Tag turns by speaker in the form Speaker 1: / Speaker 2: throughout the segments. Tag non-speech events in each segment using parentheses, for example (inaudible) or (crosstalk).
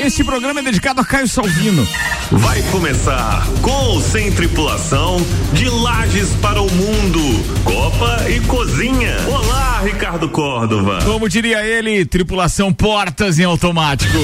Speaker 1: Esse programa é dedicado a Caio Salvino.
Speaker 2: Vai começar com ou sem tripulação de Lages para o Mundo, Copa e Cozinha. Olá, Ricardo Córdova.
Speaker 1: Como diria ele, tripulação Portas em Automático.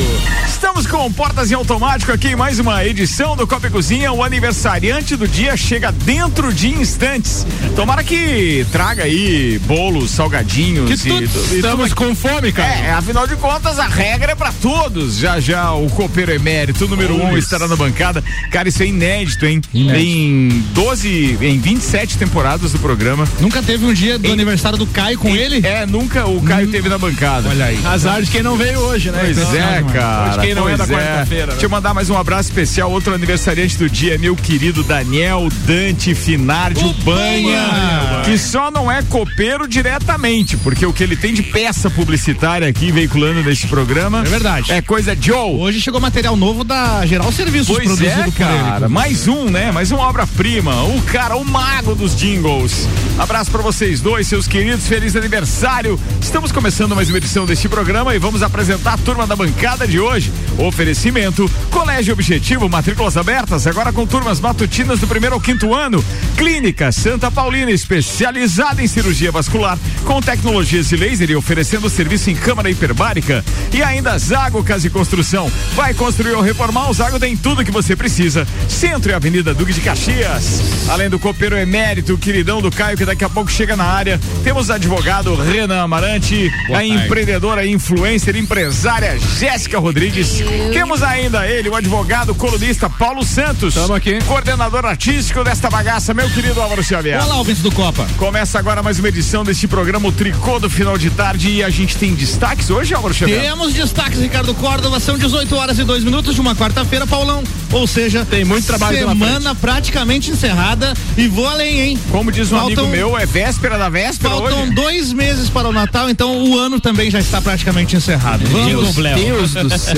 Speaker 1: Estamos com Portas em Automático aqui em mais uma edição do Copa e Cozinha. O aniversariante do dia chega dentro de instantes. Tomara que traga aí bolos, salgadinhos
Speaker 3: Que tu- estamos com fome, cara.
Speaker 1: É, afinal de contas, a regra é pra todos. Já já o copeiro emérito número um estará na bancada. Cara, isso é inédito, hein? Em 12, em 27 temporadas do programa.
Speaker 3: Nunca teve um dia do
Speaker 1: Ei.
Speaker 3: aniversário do Caio com ele? Hum.
Speaker 1: É, nunca o Caio teve na bancada.
Speaker 3: Olha aí.
Speaker 4: Azar de quem não veio hoje, né?
Speaker 1: Pois
Speaker 4: Então,
Speaker 1: é,
Speaker 4: mano.
Speaker 1: cara.
Speaker 4: Hoje quem não é da
Speaker 1: pois é.
Speaker 4: quarta-feira. né?
Speaker 1: Deixa eu mandar mais um abraço especial, outro aniversariante do dia, é meu querido Daniel Dante Finardi, o Banha, que só não é copeiro diretamente, porque o que ele tem de peça publicitária aqui veiculando neste programa
Speaker 3: É verdade.
Speaker 1: é coisa de Joe.
Speaker 3: Hoje chegou material novo da Geral Serviços
Speaker 1: Pois
Speaker 3: produzido
Speaker 1: é,
Speaker 3: por
Speaker 1: cara.
Speaker 3: ele.
Speaker 1: Mais um, né? Mais uma obra-prima. O cara, o mago dos jingles. Abraço pra vocês dois, seus queridos. Feliz aniversário. Estamos começando mais uma edição deste programa e vamos apresentar a turma da bancada de hoje. Oferecimento: Colégio Objetivo, matrículas abertas, agora com turmas matutinas do primeiro ao quinto ano. Clínica Santa Paulina, especializada em cirurgia vascular, com tecnologias de laser e oferecendo serviço em câmara hiperbárica. E ainda Zago Casa e Construção. Vai construir ou reformar, o Zago tem tudo que você precisa. Centro e Avenida Duque de Caxias. Além do copeiro emérito, o queridão do Caio, que daqui a pouco chega na área, temos o advogado Renan Amarante, a empreendedora, influencer, empresária Jéssica Rodrigues. Temos ainda ele, o advogado, colunista Paulo Santos.
Speaker 4: Tamo aqui.
Speaker 1: Coordenador artístico desta bagaça, meu querido Álvaro Xavier.
Speaker 3: Olha lá, ouvintes do Copa.
Speaker 1: Começa agora mais uma edição deste programa o Tricô do Final de Tarde e a gente tem destaques hoje, Álvaro Xavier?
Speaker 3: Temos destaques, Ricardo Córdova. São 18 horas e 2 minutos de uma quarta-feira, Paulão. Ou seja, tem
Speaker 4: muito trabalho pela
Speaker 3: Semana praticamente encerrada. E vou além, hein?
Speaker 1: Como diz um
Speaker 3: Faltam-
Speaker 1: amigo meu, é véspera da véspera
Speaker 3: Faltam
Speaker 1: hoje.
Speaker 3: dois meses para o Natal, então o ano também já está praticamente encerrado.
Speaker 4: Meu
Speaker 3: Vamos,
Speaker 4: Deus do céu.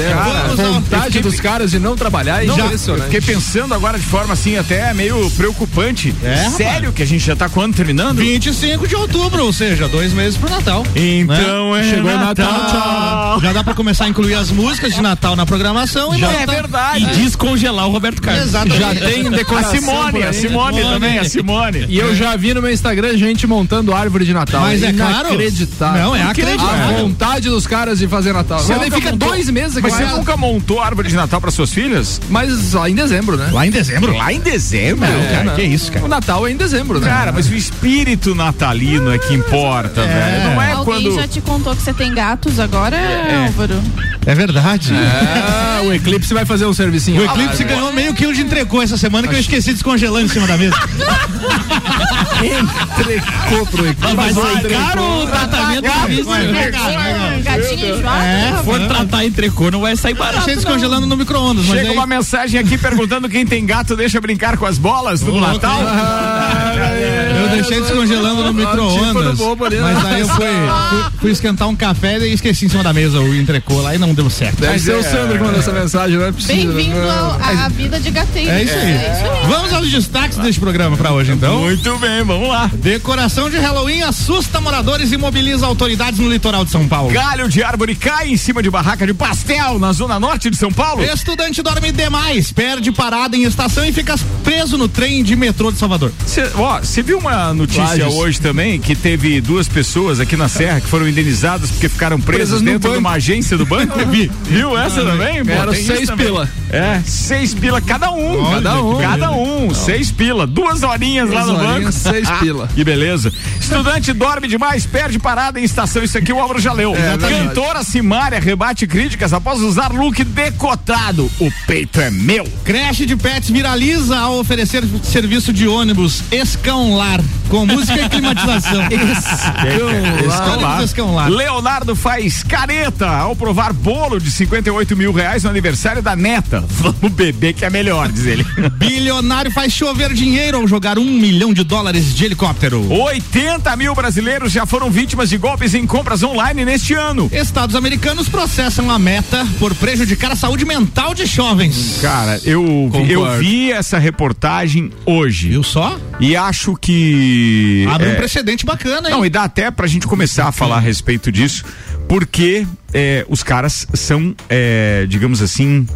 Speaker 3: Cara,
Speaker 4: a
Speaker 3: eu
Speaker 4: vontade
Speaker 3: fiquei-
Speaker 4: dos caras de não trabalhar é
Speaker 3: já-
Speaker 1: Eu
Speaker 4: impressionante.
Speaker 1: fiquei pensando agora de forma assim até meio preocupante.
Speaker 3: É, rapaz.
Speaker 1: Sério que a gente já tá quando terminando?
Speaker 3: 25 de outubro, ou seja, dois meses pro Natal. né?
Speaker 1: Então é
Speaker 4: Chegou
Speaker 1: Natal.
Speaker 4: Natal, tchau.
Speaker 3: Já dá pra começar a incluir as músicas de Natal na programação e
Speaker 1: Já
Speaker 3: botar-
Speaker 1: é verdade.
Speaker 3: E diz-
Speaker 4: descongelar o Roberto
Speaker 3: Exatamente.
Speaker 4: Já tem
Speaker 1: A
Speaker 4: decoração. por
Speaker 1: Simone,
Speaker 4: aí.
Speaker 1: a Simone
Speaker 3: Simone. É.
Speaker 1: também, a Simone.
Speaker 4: E eu já vi no meu Instagram gente montando árvore de Natal.
Speaker 3: Mas é claro.
Speaker 4: Inacreditável.
Speaker 3: Não, é
Speaker 4: A
Speaker 3: acreditável.
Speaker 4: vontade dos caras de fazer Natal. Você daí
Speaker 1: nunca
Speaker 4: fica
Speaker 1: montou-
Speaker 4: dois meses aqui.
Speaker 1: Mas você nunca montou árvore de Natal para suas filhas?
Speaker 4: Mas só em dezembro, né?
Speaker 3: Lá em dezembro?
Speaker 1: Lá em dezembro?
Speaker 4: É, né?
Speaker 3: que isso, cara.
Speaker 4: O Natal é em dezembro, né?
Speaker 1: Cara, mas o espírito natalino é que importa, velho. Não é
Speaker 5: Alguém
Speaker 1: quando.
Speaker 5: já te contou que você tem gatos agora, Álvaro?
Speaker 3: É verdade.
Speaker 4: Ah, o Eclipse vai fazer um servicinho.
Speaker 3: O Eclipse ganhou meio quilo de entrecô essa semana que eu esqueci descongelando em cima da
Speaker 4: (laughs)
Speaker 3: mesa.
Speaker 4: entrecou pro Eclipse.
Speaker 3: Ah, Mas
Speaker 4: Vai,
Speaker 3: vai
Speaker 4: entrecou.
Speaker 3: é caro o tratamento é né? da
Speaker 5: Gatinho
Speaker 3: É,
Speaker 5: enjoado?
Speaker 1: né?
Speaker 6: for tratar entrecô, não vai sair barato.
Speaker 3: Achei descongelando no micro-ondas, mas
Speaker 1: Chega
Speaker 3: aí-
Speaker 1: uma mensagem aqui perguntando quem tem gato deixa brincar com as bolas do Natal.
Speaker 4: Ah,
Speaker 3: Eu deixei descongelando no micro-ondas.
Speaker 4: Tipo do bobo ali, né?
Speaker 3: Mas aí eu fui, fui, fui esquentar um café e esqueci em cima da mesa o entrecô lá e não deu certo.
Speaker 4: Deve
Speaker 1: é
Speaker 4: ser o Sandro que mandou essa mensagem, não é possível.
Speaker 5: Bem-vindo ao- à vida de gateiro.
Speaker 3: É isso aí. Vamos aos destaques deste programa pra hoje, então.
Speaker 1: Muito bem, vamos lá.
Speaker 3: Decoração de Halloween assusta moradores e mobiliza autoridades no litoral de São Paulo.
Speaker 1: Galho de árvore cai em cima de barraca de pastel na zona norte de São Paulo.
Speaker 3: Estudante dorme demais, perde parada em estação e fica preso no trem de metrô de Salvador.
Speaker 1: Cê- ó, Você viu uma notícia
Speaker 3: Lages.
Speaker 1: hoje também que teve duas pessoas aqui na Serra que foram indenizadas porque ficaram presas,
Speaker 4: Presas no
Speaker 1: dentro de
Speaker 4: banco.
Speaker 1: uma agência do
Speaker 4: (laughs)
Speaker 1: banco? Vi. Viu essa também? Pô,
Speaker 4: Era
Speaker 1: tem isso
Speaker 4: seis
Speaker 1: também.
Speaker 4: pila.
Speaker 1: É, seis pila cada um.
Speaker 3: Olha
Speaker 1: cada
Speaker 3: que
Speaker 1: um.
Speaker 3: beleza.
Speaker 1: Cada um, seis pila. Duas horinhas lá
Speaker 4: Duas
Speaker 1: no banco.
Speaker 4: horinhas, seis
Speaker 1: (laughs)
Speaker 4: pila.
Speaker 1: Que beleza. Estudante dorme demais, perde parada em estação. Isso aqui o Álvaro já leu.
Speaker 4: É verdade.
Speaker 1: Cantora Simária rebate críticas após usar look decotado. O peito é meu.
Speaker 3: Creche de pets viraliza ao oferecer serviço de ônibus escãolar com música e climatização.
Speaker 1: (laughs)
Speaker 3: Escãolar.
Speaker 1: Escolar.
Speaker 3: Escãolar.
Speaker 1: Leonardo faz careta ao provar bolo de 58 mil reais no aniversário da neta. (laughs) Vamos beber que é melhor, diz ele.
Speaker 3: (laughs) Bilionário faz chover dinheiro ao jogar um milhão de dólares de helicóptero.
Speaker 1: 80 mil brasileiros já foram vítimas de golpes em compras online neste ano.
Speaker 3: Estados americanos processam a meta por prejudicar a saúde mental de jovens.
Speaker 1: Hum, Cara, eu,
Speaker 4: Concordo.
Speaker 1: eu vi essa reportagem hoje
Speaker 3: Viu só?
Speaker 1: e acho que.
Speaker 3: Abre
Speaker 1: é,
Speaker 3: um precedente bacana, hein?
Speaker 1: Não, e dá até pra gente começar a falar a respeito disso, porque é, os caras são, é, digamos assim.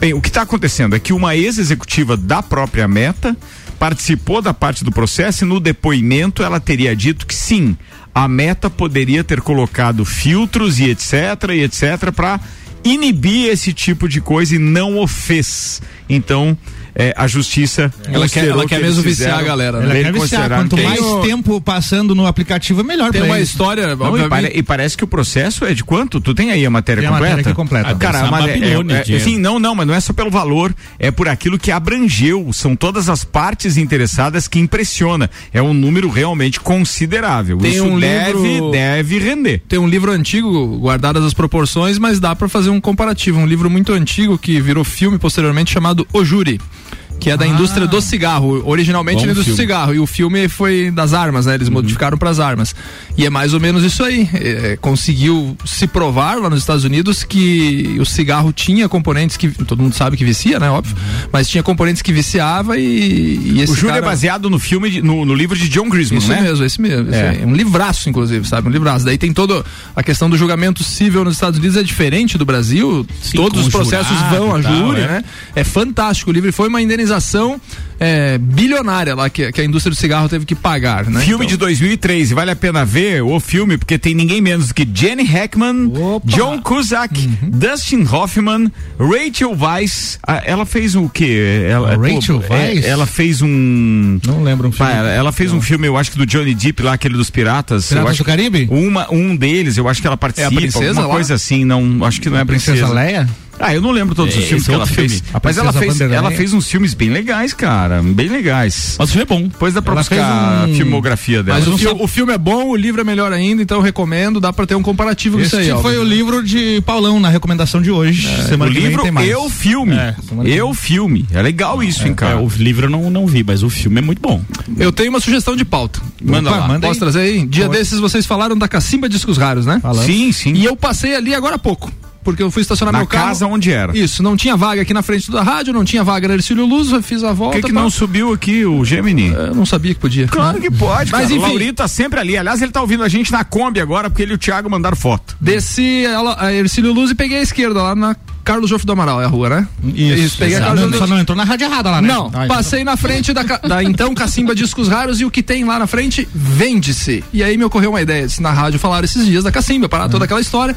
Speaker 1: Bem, o que está acontecendo é que uma ex-executiva da própria Meta participou da parte do processo e no depoimento ela teria dito que sim, a Meta poderia ter colocado filtros e etc e etc para inibir esse tipo de coisa e não o fez. Então, é, a justiça
Speaker 4: Ela quer- ela
Speaker 1: considerou
Speaker 4: quer
Speaker 1: que
Speaker 4: mesmo
Speaker 1: eles
Speaker 4: viciar a
Speaker 1: fizeram-
Speaker 4: galera, né?
Speaker 3: Ela
Speaker 1: Eles
Speaker 3: quer viciar.
Speaker 1: consideraram
Speaker 3: Quanto
Speaker 1: que-
Speaker 3: mais
Speaker 4: o-
Speaker 3: tempo passando no aplicativo, é melhor
Speaker 4: Tem
Speaker 3: pra
Speaker 4: uma
Speaker 3: eles.
Speaker 4: história,
Speaker 1: Não, e, pare-
Speaker 4: obviamente.
Speaker 1: e parece que o processo é de quanto? Tu tem aí a matéria
Speaker 3: Tem a
Speaker 1: completa?
Speaker 3: matéria aqui completa.
Speaker 1: Ah, Cara,
Speaker 7: Essa
Speaker 1: a matéria,
Speaker 7: Babilônia,
Speaker 1: é, é,
Speaker 7: dinheiro.
Speaker 1: sim, não, não, mas não é só pelo valor, é por aquilo que abrangeu, são todas as partes interessadas que impressiona. É um número realmente considerável.
Speaker 4: Tem
Speaker 1: Isso
Speaker 4: um
Speaker 1: deve,
Speaker 4: livro-
Speaker 1: deve render.
Speaker 4: Tem um livro antigo, guardadas as proporções, mas dá pra fazer um comparativo. Um livro muito antigo que virou filme posteriormente chamado O Júri. Que
Speaker 1: Ah.
Speaker 4: é da indústria do cigarro. Originalmente
Speaker 7: Bom
Speaker 4: era do
Speaker 7: filme.
Speaker 4: cigarro. E o filme foi das armas, né? Eles
Speaker 1: Uhum.
Speaker 4: modificaram pras armas. E é mais ou menos isso aí. É, conseguiu se provar lá nos Estados Unidos que o cigarro tinha componentes que. Todo mundo sabe que vicia, né? Óbvio. Mas tinha componentes que viciava e. e esse
Speaker 1: Uhum. o Júlio é
Speaker 4: cara-
Speaker 1: baseado no filme, de- no, no livro de John Grisman,
Speaker 4: isso
Speaker 1: né?
Speaker 4: mesmo, esse mesmo. esse
Speaker 1: É.
Speaker 4: aí. É. um livraço, inclusive, sabe? Um livraço. Daí tem toda a questão do julgamento civil nos Estados Unidos, é diferente do Brasil. Todos
Speaker 7: com
Speaker 4: os processos
Speaker 7: jurado
Speaker 4: vão a
Speaker 7: e tal,
Speaker 4: júri,
Speaker 7: é.
Speaker 4: né? É fantástico. O livro foi uma indenização é, bilionária lá que, que a indústria do cigarro teve que pagar, né?
Speaker 1: Filme de
Speaker 4: Então,
Speaker 1: 2003, e vale a pena ver o filme, porque tem ninguém menos do que Jenny Hackman,
Speaker 3: Opa!
Speaker 1: John Cusack, Dustin Hoffman, Rachel Weisz. Ah, ela fez o quê? Ela,
Speaker 3: A Rachel
Speaker 1: é,
Speaker 3: Weisz?
Speaker 1: ela fez um.
Speaker 3: Não lembro um filme.
Speaker 1: Pá, ela, ela fez um filme, eu acho que do Johnny Depp lá, aquele dos piratas. eu
Speaker 3: Piratas
Speaker 1: acho
Speaker 3: do Caribe?
Speaker 1: Uma, um deles, eu acho que ela participa.
Speaker 4: princesa
Speaker 1: alguma
Speaker 4: lá?
Speaker 1: coisa assim, não. Acho que não é a princesa.
Speaker 3: Princesa Leia?
Speaker 1: Ah, eu não lembro todos os
Speaker 7: É,
Speaker 1: filmes
Speaker 7: esse
Speaker 1: que
Speaker 7: é
Speaker 1: ela
Speaker 7: outro
Speaker 1: fez.
Speaker 7: filme.
Speaker 3: A
Speaker 1: Mas ela
Speaker 3: Princesa É,
Speaker 1: fez,
Speaker 3: Wanderleia.
Speaker 1: ela fez um uns filmes bem legais, cara. Bem legais.
Speaker 7: é- Mas o filme é bom.
Speaker 1: Depois dá pra
Speaker 3: Ela
Speaker 1: buscar
Speaker 3: fez um-
Speaker 1: a filmografia dela.
Speaker 4: Mas o, fil- o filme é bom, o livro é melhor ainda, então eu recomendo, dá pra ter um comparativo com
Speaker 3: Esse
Speaker 4: isso aí, ó.
Speaker 3: foi o livro de Paulão na recomendação de hoje.
Speaker 1: O
Speaker 3: Semana que vem
Speaker 1: livro
Speaker 3: tem mais.
Speaker 1: Eu Filme.
Speaker 7: É,
Speaker 3: semana que
Speaker 1: eu Filme. É legal isso, hein,
Speaker 7: É,
Speaker 1: cara.
Speaker 7: o livro eu não, não vi, mas o filme é muito bom.
Speaker 4: Eu tenho uma sugestão de pauta.
Speaker 1: Manda lá.
Speaker 4: Posso trazer aí? Dia desses vocês falaram da Cacimba Discos Raros, né?
Speaker 3: Falando.
Speaker 1: Sim, sim.
Speaker 4: E eu passei ali agora há pouco. Porque eu fui estacionar
Speaker 1: Na
Speaker 4: meu carro.
Speaker 1: casa onde era. O
Speaker 4: Isso, não tinha vaga aqui na frente da rádio, não tinha vaga na Ercílio Luz, eu fiz a volta.
Speaker 1: que, que
Speaker 4: pá.
Speaker 1: não subiu aqui o Gemini?
Speaker 4: Eu não sabia que podia.
Speaker 1: Claro que pode, Mas
Speaker 4: Mas
Speaker 1: cara. O
Speaker 4: enfim.
Speaker 1: Laurito tá sempre ali. Aliás, ele tá ouvindo a gente na Kombi agora, porque ele e o Thiago mandaram foto.
Speaker 4: Desci a a Ercílio Luz e peguei a esquerda lá na Carlos Jofre do Amaral, é a rua, né?
Speaker 3: Isso, exato.
Speaker 4: peguei a Carlos
Speaker 3: Não,
Speaker 4: Jofre
Speaker 3: Só não entrou na rádio errada lá, né?
Speaker 4: Não,
Speaker 3: Ah, então
Speaker 4: passei na frente da, ca- da então Cacimba Discos Raros e o que tem lá na frente vende-se. E aí me ocorreu uma ideia. disse, Na rádio falaram esses dias da Cacimba, parar
Speaker 3: Hum.
Speaker 4: toda aquela história.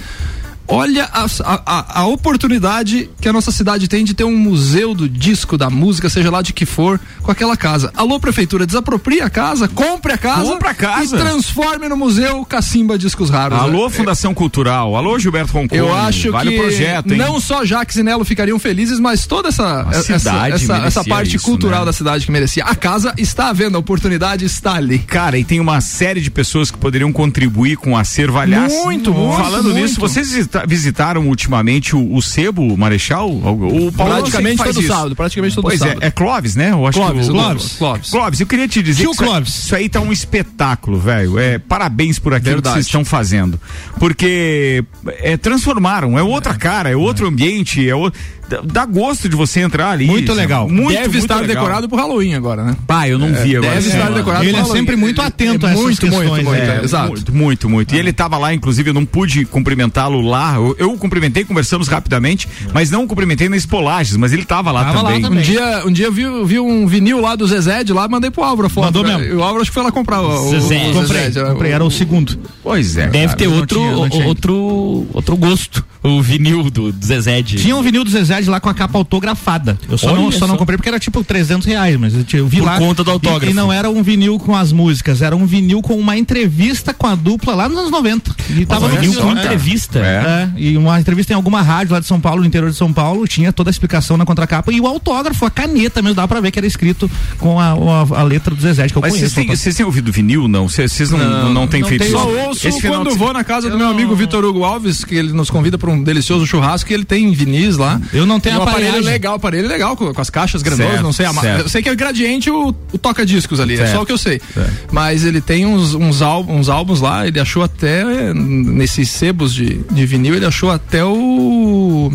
Speaker 4: Olha a, a- a- a oportunidade que a nossa cidade tem de ter um museu do disco, da música, seja lá de que for, com aquela casa. Alô, prefeitura, desapropria a casa, compre a casa,
Speaker 1: Compra a casa.
Speaker 4: e transforme no museu Cacimba Discos Raros. né?
Speaker 1: Alô, Fundação Cultural. Alô, Gilberto Roncone.
Speaker 4: Eu acho
Speaker 1: vale
Speaker 4: que
Speaker 1: o projeto, hein?
Speaker 4: não só Jaques e Nelo ficariam felizes, mas toda essa
Speaker 1: A
Speaker 4: essa,
Speaker 1: cidade
Speaker 4: essa,
Speaker 1: merecia
Speaker 4: essa parte
Speaker 1: isso,
Speaker 4: cultural
Speaker 1: né?
Speaker 4: da cidade que merecia. A casa está à venda, a oportunidade está ali.
Speaker 1: Cara, e tem uma série de pessoas que poderiam contribuir com o acervo, aliás.
Speaker 4: Muito, muito,
Speaker 1: Falando
Speaker 4: muito.
Speaker 1: nisso, vocês visita- visitaram ultimamente o, o Sebo Marechal? O, o Paulo
Speaker 4: Praticamente
Speaker 1: faz
Speaker 4: todo
Speaker 1: isso.
Speaker 4: sábado, praticamente todo
Speaker 1: Pois
Speaker 4: sábado.
Speaker 1: é, é Clóvis, né? Eu acho
Speaker 4: Clóvis,
Speaker 1: que o-
Speaker 4: o Clóvis. Clóvis.
Speaker 1: Clóvis, eu queria te dizer
Speaker 3: Tio
Speaker 1: que isso, aí-
Speaker 3: Clóvis.
Speaker 1: isso aí tá um espetáculo, velho. É, parabéns por aquilo
Speaker 4: Verdade.
Speaker 1: que vocês estão fazendo. Porque é, transformaram, é outra cara, é outro ambiente, é o- dá- dá gosto de você entrar ali.
Speaker 3: Muito
Speaker 1: sabe?
Speaker 3: legal.
Speaker 1: Muito,
Speaker 4: Deve
Speaker 1: né? muito
Speaker 4: estar
Speaker 1: legal.
Speaker 4: decorado pro Halloween agora, né?
Speaker 1: Pá, eu não vi agora.
Speaker 4: Deve
Speaker 1: essa
Speaker 4: estar
Speaker 1: semana.
Speaker 4: decorado
Speaker 3: Ele
Speaker 4: pro
Speaker 3: é
Speaker 4: Halloween.
Speaker 3: sempre muito
Speaker 4: Ele-
Speaker 3: atento
Speaker 4: é
Speaker 3: a essas
Speaker 4: muito,
Speaker 3: questões,
Speaker 4: Muito, muito,
Speaker 3: né?
Speaker 4: é, exato.
Speaker 1: Muito, muito, muito. E ele estava lá, inclusive, eu não pude cumprimentá-lo lá. Eu, eu o cumprimentei, conversamos rapidamente, mas não o cumprimentei nas polagens, mas ele estava lá,
Speaker 3: Tava lá
Speaker 1: também.
Speaker 3: também.
Speaker 4: Um dia, um dia eu vi, vi um vinil lá do Zezé de lá, mandei pro Álvaro a foto.
Speaker 3: Mandou
Speaker 4: né?
Speaker 3: mesmo.
Speaker 4: E O Álvaro acho que foi lá comprar. O, o-
Speaker 7: Zezé.
Speaker 4: o
Speaker 3: Comprei,
Speaker 4: Zezé,
Speaker 3: comprei,
Speaker 4: o-
Speaker 3: era o segundo.
Speaker 1: Pois é.
Speaker 7: Deve
Speaker 1: cara.
Speaker 7: ter
Speaker 3: não
Speaker 7: outro,
Speaker 3: tinha, não tinha.
Speaker 7: outro, outro gosto. O vinil do do Zezé de.
Speaker 3: Tinha um vinil do Zezé de lá com a capa autografada. Eu só,
Speaker 7: Olha
Speaker 3: não, só não
Speaker 7: só.
Speaker 3: comprei porque era tipo 300 reais, mas eu tinha- eu vi
Speaker 7: Por
Speaker 3: lá.
Speaker 7: conta do autógrafo.
Speaker 3: E, e não era um vinil com as músicas, era um vinil com uma entrevista com a dupla lá nos anos 90. E tava
Speaker 1: um
Speaker 3: no
Speaker 7: vinil
Speaker 3: vinil,
Speaker 7: com
Speaker 3: né?
Speaker 7: entrevista.
Speaker 1: É.
Speaker 3: É, e uma entrevista em alguma rádio lá de São Paulo, no interior de São Paulo, tinha toda a explicação na contracapa e o autógrafo, a caneta mesmo, dava pra ver que era escrito com a, a- a letra do Zezé,
Speaker 4: Então
Speaker 3: que eu
Speaker 1: Mas vocês
Speaker 3: conheço.
Speaker 1: têm,
Speaker 3: rapaz.
Speaker 1: vocês têm ouvido vinil, não? Vocês vocês não, não, não têm feito
Speaker 4: Só
Speaker 1: isso?
Speaker 4: ouço
Speaker 1: Esse final
Speaker 4: quando
Speaker 1: de-
Speaker 4: vou na casa do meu amigo Vitor Hugo Alves, que ele nos convida para um delicioso churrasco e ele tem vinis lá.
Speaker 3: Eu não tenho
Speaker 4: Tem um aparelho
Speaker 3: aparelhagem.
Speaker 4: legal, aparelho legal, com, com as caixas grandonas,
Speaker 1: Certo,
Speaker 4: não sei a ma-
Speaker 1: certo.
Speaker 4: Eu sei que é o gradiente o, o toca-discos ali, é
Speaker 1: Certo,
Speaker 4: só o que eu sei.
Speaker 1: certo.
Speaker 4: Mas ele tem uns, uns, ál- uns álbuns lá, ele achou até, é, nesses sebos de, de vinil, ele achou até o.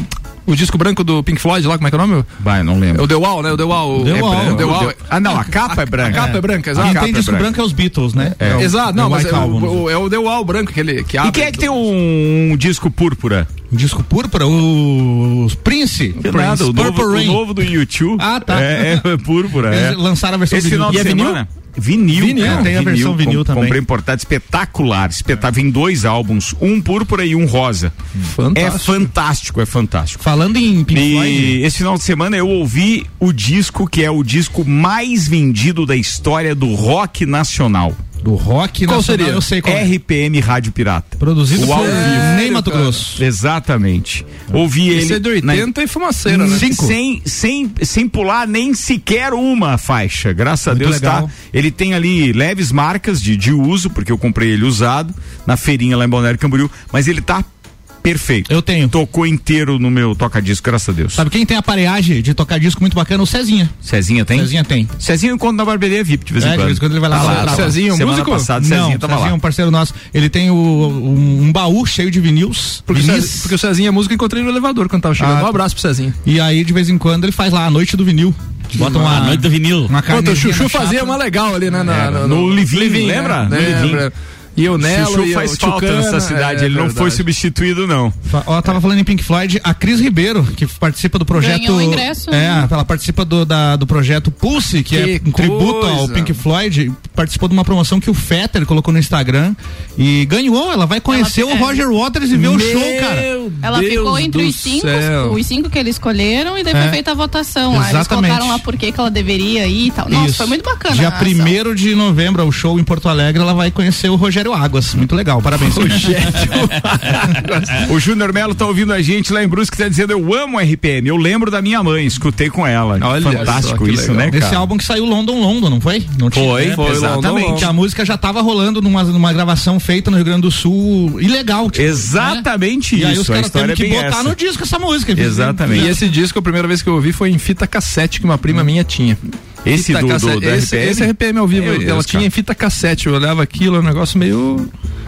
Speaker 4: O disco branco do Pink Floyd lá, como é que é o nome?
Speaker 1: Vai, não
Speaker 4: É
Speaker 1: lembro.
Speaker 4: o The Wall, né? O The Wall.
Speaker 3: The
Speaker 4: é
Speaker 3: Wall.
Speaker 4: branco.
Speaker 1: É
Speaker 4: The
Speaker 1: o
Speaker 4: Wall.
Speaker 1: The- Ah,
Speaker 4: (laughs)
Speaker 1: não, a capa é branca.
Speaker 4: A capa é branca, exato.
Speaker 1: A
Speaker 3: Quem
Speaker 1: capa
Speaker 3: tem
Speaker 1: é
Speaker 3: disco
Speaker 1: branca.
Speaker 3: branco é os Beatles, né? É o-
Speaker 4: Exato,
Speaker 3: The
Speaker 4: não, mas
Speaker 3: White
Speaker 4: é o,
Speaker 3: Album.
Speaker 4: o- é o The Wall branco, aquele que abre.
Speaker 1: E quem é que tem um, um disco púrpura?
Speaker 3: Disco púrpura, os Prince.
Speaker 1: Nada, o, novo,
Speaker 3: Purple
Speaker 1: o
Speaker 3: Rain.
Speaker 1: novo do YouTube.
Speaker 3: Ah, tá.
Speaker 1: É, é, é púrpura.
Speaker 3: Eles
Speaker 1: é.
Speaker 3: lançaram a versão
Speaker 1: Esse
Speaker 3: vinil.
Speaker 1: final de
Speaker 3: E é vinil?
Speaker 1: semana. Vinil,
Speaker 3: Vinil,
Speaker 1: cara.
Speaker 3: tem a versão vinil também.
Speaker 1: Comprei importado, espetacular. Espetacular. Vem dois álbuns, um púrpura e um rosa. É
Speaker 4: Fantástico.
Speaker 1: fantástico, é fantástico.
Speaker 3: Falando em Pink Floyd.
Speaker 1: E esse final de semana eu ouvi o disco que é o disco mais vendido da história do rock nacional.
Speaker 3: Do rock
Speaker 4: Qual
Speaker 3: nacional,
Speaker 4: seria?
Speaker 3: Eu sei qual é.
Speaker 1: RPM Rádio Pirata.
Speaker 3: Produzido
Speaker 1: O ao
Speaker 3: por
Speaker 1: vivo.
Speaker 3: Ney Mato
Speaker 4: cara.
Speaker 3: Grosso.
Speaker 1: Exatamente. Ouvi
Speaker 4: Esse
Speaker 1: ele.
Speaker 4: é de 80 e fumaceira,
Speaker 1: na...
Speaker 4: né?
Speaker 1: Sem, sem, sem pular nem sequer uma faixa. Graças a
Speaker 3: Muito
Speaker 1: Deus
Speaker 3: legal.
Speaker 1: tá. Ele tem ali leves marcas de, de uso, porque eu comprei ele usado na feirinha lá em Balneário Camboriú, mas ele tá perfeito.
Speaker 3: Eu tenho. Tá.
Speaker 1: Tocou inteiro no meu toca-disco, graças a
Speaker 3: (laughs)
Speaker 1: Deus.
Speaker 3: Sabe quem tem aparelhagem de tocar disco muito bacana? O Cezinha.
Speaker 1: Cezinha tem?
Speaker 3: Cezinha tem.
Speaker 1: Cezinho encontra na barbearia VIP de vez em
Speaker 3: É,
Speaker 1: quando.
Speaker 3: de vez em quando ele vai lá
Speaker 1: Tá
Speaker 3: soprar
Speaker 1: tá
Speaker 3: lá.
Speaker 4: Cezinho,
Speaker 1: Semana
Speaker 4: músico?
Speaker 1: passada,
Speaker 3: não,
Speaker 1: Cezinho tava
Speaker 3: Cezinha é
Speaker 1: lá.
Speaker 3: um parceiro nosso. Ele tem o- um, um baú cheio de vinils.
Speaker 4: Porque, o
Speaker 3: vinis.
Speaker 4: Cezinho, porque o Cezinho é músico, eu encontrei no elevador quando tava chegando.
Speaker 3: Ah,
Speaker 4: um abraço pro Cezinho.
Speaker 3: E aí, de vez em quando, ele faz lá a noite do vinil. Bota uma,
Speaker 7: A noite do vinil.
Speaker 3: uma
Speaker 4: Pô,
Speaker 3: carne.
Speaker 4: o Chuchu fazia uma legal ali, né? na-
Speaker 1: Era,
Speaker 4: na-
Speaker 1: no Livinho,
Speaker 4: né?
Speaker 1: lembra? No Livinho.
Speaker 4: Lembra. E o Nelo
Speaker 1: Chuchu
Speaker 4: e
Speaker 1: faz
Speaker 4: o
Speaker 1: falta
Speaker 4: Tchucana,
Speaker 1: nessa cidade,
Speaker 4: é
Speaker 1: ele não foi
Speaker 4: verdade.
Speaker 1: substituído, não.
Speaker 3: Ó, tava falando em Pink Floyd, a Cris Ribeiro, que participa do projeto.
Speaker 5: Ganhou o ingresso,
Speaker 3: é,
Speaker 5: né?
Speaker 3: ela participa do, da- do projeto Pulse, que, é
Speaker 4: Que
Speaker 3: um tributo ao
Speaker 4: coisa.
Speaker 3: Pink Floyd. Participou de uma promoção que o Fetter colocou no Instagram e ganhou. Ela vai conhecer
Speaker 5: Ela-
Speaker 3: o
Speaker 5: é.
Speaker 3: Roger Waters e ver o
Speaker 4: Meu
Speaker 3: show, cara.
Speaker 5: Ela
Speaker 4: Deus
Speaker 5: ficou entre
Speaker 4: do
Speaker 5: os cinco,
Speaker 4: céu.
Speaker 5: os cinco que eles escolheram e daí
Speaker 3: É.
Speaker 5: foi feita a votação lá. Eles
Speaker 3: Exatamente.
Speaker 5: colocaram lá por que que ela deveria ir e tal. Nossa,
Speaker 3: Isso.
Speaker 5: foi muito bacana. a
Speaker 3: Dia
Speaker 5: ação.
Speaker 3: 1 de novembro, o show em Porto Alegre, ela vai conhecer o Rogério Águas. Muito legal, parabéns. (laughs) é um
Speaker 1: (laughs) O Júnior Melo tá ouvindo a gente lá em Brusque, tá dizendo, eu amo RPM, eu lembro da minha mãe, escutei com ela.
Speaker 4: Olha
Speaker 1: Fantástico
Speaker 4: só, que
Speaker 1: isso,
Speaker 4: legal.
Speaker 1: né, cara?
Speaker 3: Esse álbum que saiu London London, não foi? Não tinha-
Speaker 1: Foi,
Speaker 3: é,
Speaker 1: foi, exatamente.
Speaker 3: Que a música já tava rolando numa, numa gravação feita no Rio Grande do Sul, ilegal. tipo, né?
Speaker 1: Exatamente
Speaker 3: E aí os
Speaker 1: isso, a
Speaker 3: caras
Speaker 1: história
Speaker 3: têm
Speaker 1: é
Speaker 3: que
Speaker 1: bem
Speaker 3: botar
Speaker 1: essa.
Speaker 3: no disco essa música. né? eles-
Speaker 1: Exatamente.
Speaker 4: E esse disco, a primeira vez que eu ouvi foi em fita cassete que uma prima minha tinha.
Speaker 1: Esse
Speaker 4: Fita
Speaker 1: do- do-
Speaker 4: cassete-
Speaker 1: do
Speaker 4: esse,
Speaker 1: RPM?
Speaker 4: esse RPM ao vivo,
Speaker 1: Meu
Speaker 4: ela
Speaker 1: Deus,
Speaker 4: tinha
Speaker 1: cara.
Speaker 4: em fita cassete. Eu olhava aquilo, era um negócio meio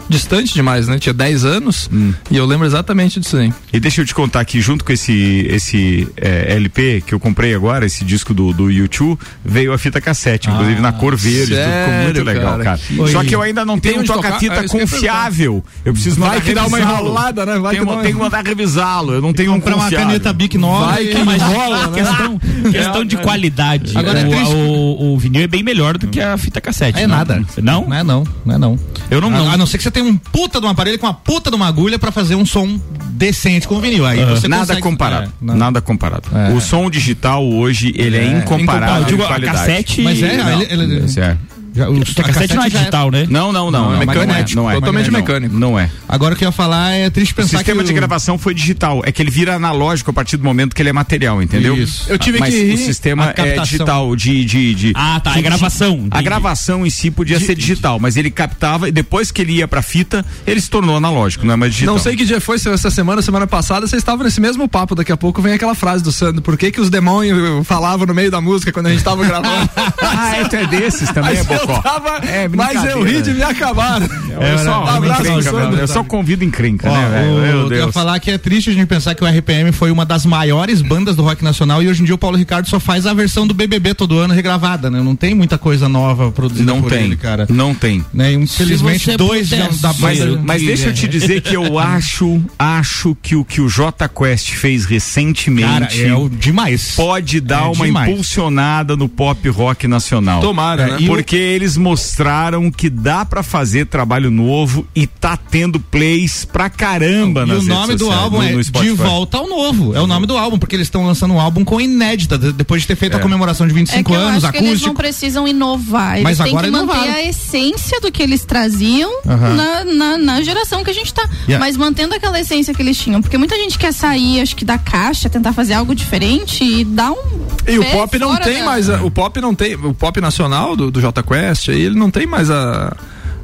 Speaker 4: distante demais, né? Tinha 10 anos e eu lembro exatamente disso aí.
Speaker 1: E deixa eu te contar aqui, junto com esse, esse eh, LP que eu comprei agora, esse disco do, do YouTube, veio a fita cassete, inclusive na cor verde, tudo, ficou muito
Speaker 4: Ah, sério,
Speaker 1: legal,
Speaker 4: cara?
Speaker 1: cara.
Speaker 4: Que-
Speaker 1: Só que eu ainda não tenho
Speaker 4: tem
Speaker 1: um
Speaker 4: onde tocar?
Speaker 1: toca-fita
Speaker 4: Ah, isso que eu ia
Speaker 1: confiável. Eu preciso mandar
Speaker 4: Vai que dá uma
Speaker 1: revisá-lo.
Speaker 4: enrolada, né?
Speaker 1: Tem
Speaker 4: Vai que
Speaker 1: uma-
Speaker 4: dá uma-
Speaker 1: Tenho que mandar revisá-lo, eu não tenho um
Speaker 3: Comprar uma
Speaker 1: confiável.
Speaker 3: caneta Bic nova.
Speaker 4: Vai
Speaker 3: e-
Speaker 4: que
Speaker 3: mas-
Speaker 4: rola, né?
Speaker 7: Questão, questão de qualidade.
Speaker 3: Agora é
Speaker 7: o,
Speaker 3: triste.
Speaker 7: o- o vinil é bem melhor do que a fita cassete.
Speaker 3: É
Speaker 7: não?
Speaker 3: nada.
Speaker 7: Não?
Speaker 3: Não é não, não é não.
Speaker 7: Eu não-
Speaker 3: A-
Speaker 7: não.
Speaker 3: A, não ser que você tenha um puta de um aparelho com uma puta de uma agulha pra fazer um som decente com vinil. Aí
Speaker 4: então
Speaker 3: você
Speaker 1: Nada
Speaker 3: consegue-
Speaker 1: comparado,
Speaker 3: É, não.
Speaker 1: nada comparado.
Speaker 4: É.
Speaker 1: O som digital hoje, ele é,
Speaker 7: Ah,
Speaker 1: incomparável
Speaker 7: eu
Speaker 1: de
Speaker 7: digo a
Speaker 1: qualidade.
Speaker 7: cassete.
Speaker 3: Mas é,
Speaker 7: não.
Speaker 3: ele- ele-
Speaker 1: Certo.
Speaker 3: Já- o-
Speaker 7: A cassete não é
Speaker 3: já
Speaker 7: digital, né?
Speaker 1: Não, não, não,
Speaker 3: Não,
Speaker 1: é
Speaker 3: não,
Speaker 1: mecânico,
Speaker 3: magnético,
Speaker 1: não é.
Speaker 4: totalmente
Speaker 1: Não,
Speaker 4: mecânico.
Speaker 1: Não é.
Speaker 3: Agora o que eu ia falar é triste
Speaker 1: O
Speaker 3: pensar
Speaker 1: sistema
Speaker 3: que
Speaker 1: de
Speaker 3: o-
Speaker 1: gravação foi digital, é que ele vira analógico a partir do momento que ele é material, entendeu? Ah,
Speaker 3: Isso.
Speaker 4: Eu tive
Speaker 1: Mas
Speaker 4: que
Speaker 1: o
Speaker 4: rir
Speaker 1: sistema
Speaker 3: a
Speaker 1: é
Speaker 3: captação.
Speaker 1: digital de, de, de-
Speaker 7: Ah, tá. A gravação.
Speaker 1: A
Speaker 7: entendi.
Speaker 1: gravação em si podia ser digital, mas ele captava e depois que ele ia pra fita, ele se tornou analógico, não é mais digital.
Speaker 4: Não sei que dia foi, se essa semana, semana passada, vocês estavam nesse mesmo papo. Daqui a pouco vem aquela frase do Sandro: por que, que os demônios falavam no meio da música quando a gente tava (laughs) gravando?
Speaker 1: Ah, é, tu é desses também, é
Speaker 4: (laughs) mas, eu
Speaker 1: bocó.
Speaker 4: tava,
Speaker 1: É
Speaker 4: mas eu
Speaker 3: né?
Speaker 4: ri de me acabar.
Speaker 3: É,
Speaker 8: É
Speaker 1: Eu É, só,
Speaker 4: Abraço,
Speaker 1: encrenca,
Speaker 4: Sandro.
Speaker 1: meu, eu só convido encrenca,
Speaker 3: Ó,
Speaker 1: né, velho?
Speaker 3: o-
Speaker 1: Meu
Speaker 3: Eu ia
Speaker 1: Deus.
Speaker 3: falar que é triste a gente pensar que o RPM foi uma das maiores bandas do rock nacional e hoje em dia o Paulo Ricardo só faz a versão do BBB todo ano regravada, né? Não tem muita coisa nova produzida
Speaker 1: Não
Speaker 3: por
Speaker 1: tem,
Speaker 3: ele, cara.
Speaker 1: não tem.
Speaker 3: Né? E, Infelizmente
Speaker 7: você
Speaker 3: dois já
Speaker 7: pudesse,
Speaker 3: da
Speaker 1: Mas,
Speaker 3: banda-
Speaker 1: mas deixa eu te dizer que eu acho, acho que o que o J Quest fez recentemente
Speaker 3: Cara, é o demais.
Speaker 1: pode dar
Speaker 3: É
Speaker 1: uma
Speaker 3: demais.
Speaker 1: impulsionada no pop rock nacional.
Speaker 4: Tomara, né?
Speaker 1: E Porque eles mostraram que dá pra fazer trabalho novo e tá tendo plays pra caramba
Speaker 3: E
Speaker 1: nas
Speaker 3: o
Speaker 1: redes
Speaker 3: nome do
Speaker 1: sociais,
Speaker 3: álbum
Speaker 1: no-
Speaker 3: é
Speaker 1: no
Speaker 3: De
Speaker 1: Spotify.
Speaker 3: Volta ao Novo. É o nome do álbum, porque eles estão lançando um álbum com inédita, de- depois de ter feito a comemoração de
Speaker 5: É
Speaker 3: 25
Speaker 5: que eu
Speaker 3: anos,
Speaker 5: acho que eles não
Speaker 3: acústico.
Speaker 5: precisam inovar. Eles
Speaker 3: Mas
Speaker 5: têm
Speaker 3: agora
Speaker 5: que manter
Speaker 3: inovaram.
Speaker 5: a essência do que eles traziam na, na, na geração que a gente tá.
Speaker 3: Yeah.
Speaker 5: Mas mantendo aquela essência que eles tinham. Porque muita gente quer sair, acho que da caixa, tentar fazer algo diferente e dar um.
Speaker 4: E o
Speaker 5: pé
Speaker 4: pop não
Speaker 5: fora né?
Speaker 4: tem
Speaker 5: da-
Speaker 4: mais. a- o pop não tem. O pop nacional do, do Jota Quest, aí ele não tem mais a.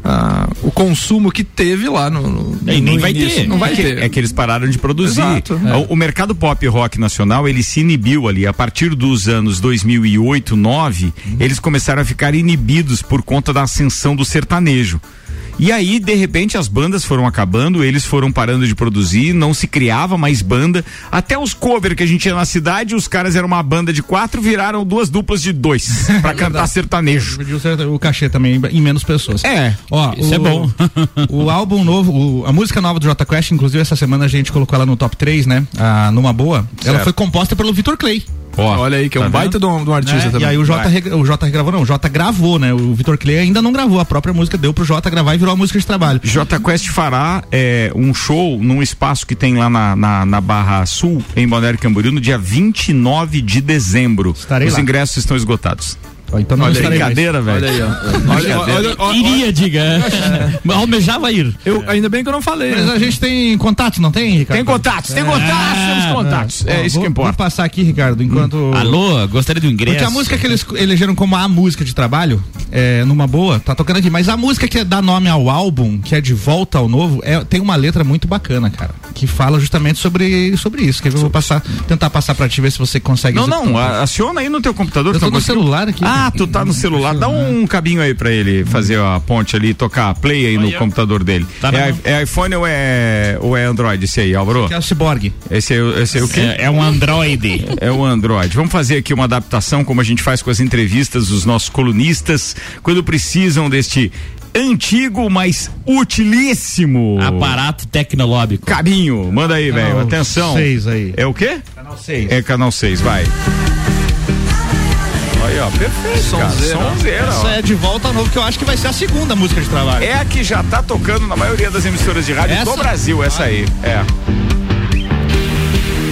Speaker 4: a- o consumo que teve lá no. no-
Speaker 7: E nem
Speaker 4: no
Speaker 7: vai
Speaker 4: início.
Speaker 7: ter.
Speaker 4: Não vai
Speaker 1: É que-
Speaker 4: ter.
Speaker 1: É que eles pararam de produzir.
Speaker 4: Exato.
Speaker 7: É.
Speaker 4: É.
Speaker 1: O- O mercado pop rock nacional, ele se inibiu ali. A partir dos anos 2008, 2009, eles começaram a ficar inibidos por conta da ascensão do sertanejo. E aí, de repente, as bandas foram acabando, eles foram parando de produzir, não se criava mais banda. Até os cover que a gente tinha na cidade, os caras eram uma banda de quatro, viraram duas duplas de dois pra cantar sertanejo.
Speaker 3: Dividiu o certo- o cachê também em menos pessoas.
Speaker 1: É,
Speaker 3: Ó,
Speaker 1: isso
Speaker 3: o-
Speaker 1: é bom.
Speaker 3: (laughs) o álbum novo, o- a música nova do Jota Quest, inclusive essa semana a gente colocou ela no top 3, né? Ah, numa boa. Ela foi composta pelo Vitor Clay.
Speaker 4: Olha aí, que é um
Speaker 1: tá
Speaker 4: baita de um, de um artista
Speaker 3: né?
Speaker 4: também.
Speaker 3: E aí o Jota, reg- o Jota regravou, não, o Jota gravou, né? O Vitor Clay ainda não gravou, a própria música deu pro Jota gravar e virou a música de trabalho.
Speaker 1: J Quest fará é, um show num espaço que tem lá na, na, na Barra Sul, em Balneário Camboriú, no dia 29 de dezembro.
Speaker 3: Estarei
Speaker 1: Os
Speaker 3: lá.
Speaker 1: ingressos estão esgotados.
Speaker 3: Ó, Então não
Speaker 4: Olha aí,
Speaker 3: estarei mais.
Speaker 1: Brincadeira, velho.
Speaker 4: Olha aí,
Speaker 3: É.
Speaker 4: ó. Olha, olha, olha,
Speaker 1: Iria, diga. é.
Speaker 3: (laughs)
Speaker 1: Almejava ir.
Speaker 4: eu, ainda bem que eu não falei.
Speaker 3: Mas
Speaker 4: né?
Speaker 3: a gente tem contato, não tem, Ricardo? É.
Speaker 1: Tem contatos, tem contatos, temos contatos.
Speaker 3: Ó,
Speaker 1: É isso
Speaker 3: vou-
Speaker 1: que
Speaker 3: Vou
Speaker 1: importa.
Speaker 3: passar aqui, Ricardo, enquanto.
Speaker 1: Alô, gostaria do ingresso.
Speaker 3: Porque a música que eles elegeram como a música de trabalho, é, numa boa, tá tocando aqui, mas a música que dá nome ao álbum, que é De Volta ao Novo, é, tem uma letra muito bacana, cara, que fala justamente sobre, sobre isso, que eu vou passar, tentar passar pra ti, ver se você consegue...
Speaker 1: Não,
Speaker 3: executar.
Speaker 1: não, a- aciona aí no teu computador.
Speaker 3: Eu
Speaker 1: tu
Speaker 3: tô
Speaker 1: não
Speaker 3: no
Speaker 1: conseguiu?
Speaker 3: celular aqui.
Speaker 1: Ah, tu tá no celular. Dá um cabinho aí pra ele fazer a ponte ali, tocar a play aí no computador dele.
Speaker 3: Tá
Speaker 1: É, i- é iPhone ou é, ou é Android esse aí, Álvaro?
Speaker 3: Que é o Cyborg.
Speaker 1: Esse é, o- esse é o quê?
Speaker 7: É, é um androide.
Speaker 1: (laughs) É o Android. Vamos fazer aqui uma adaptação, como a gente faz com as entrevistas dos nossos colunistas, quando precisam deste antigo, mas utilíssimo
Speaker 7: Aparato tecnológico.
Speaker 1: cabinho. Manda aí, velho.
Speaker 3: Canal
Speaker 1: Atenção.
Speaker 3: seis aí.
Speaker 1: É o quê?
Speaker 3: Canal 6.
Speaker 1: É canal 6, vai. Aí, ó, perfeito, cara. Sonzeira, ó.
Speaker 3: Essa é De Volta ao Novo, que eu acho que vai ser a segunda música de trabalho.
Speaker 1: É a que já tá tocando na maioria das emissoras de rádio do
Speaker 3: Essa?
Speaker 1: Brasil, essa aí. É.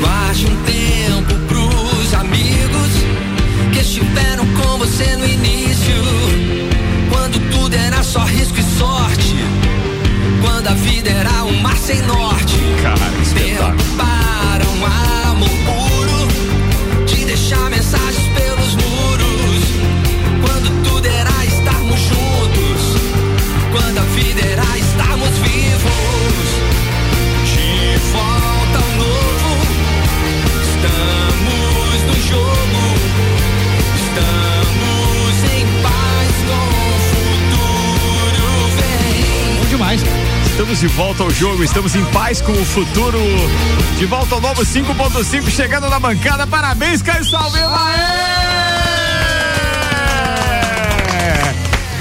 Speaker 8: Baixe um tempo pros amigos que estiveram com você no início. Quando tudo era só risco e sorte. Quando a vida era um mar sem norte.
Speaker 1: Cara, que espetáculo.
Speaker 8: Derrubaram um amor puro. De deixar mensagens pelos muros. Quando tudo era estarmos juntos. Quando a vida era estarmos vivos. De volta ao novo. Estamos no jogo, estamos em paz com o futuro vem.
Speaker 3: Bom demais.
Speaker 9: Estamos de volta ao jogo, estamos em paz com o futuro. De volta ao novo 5.5, chegando na bancada. Parabéns, Caio Salveiro! Aê!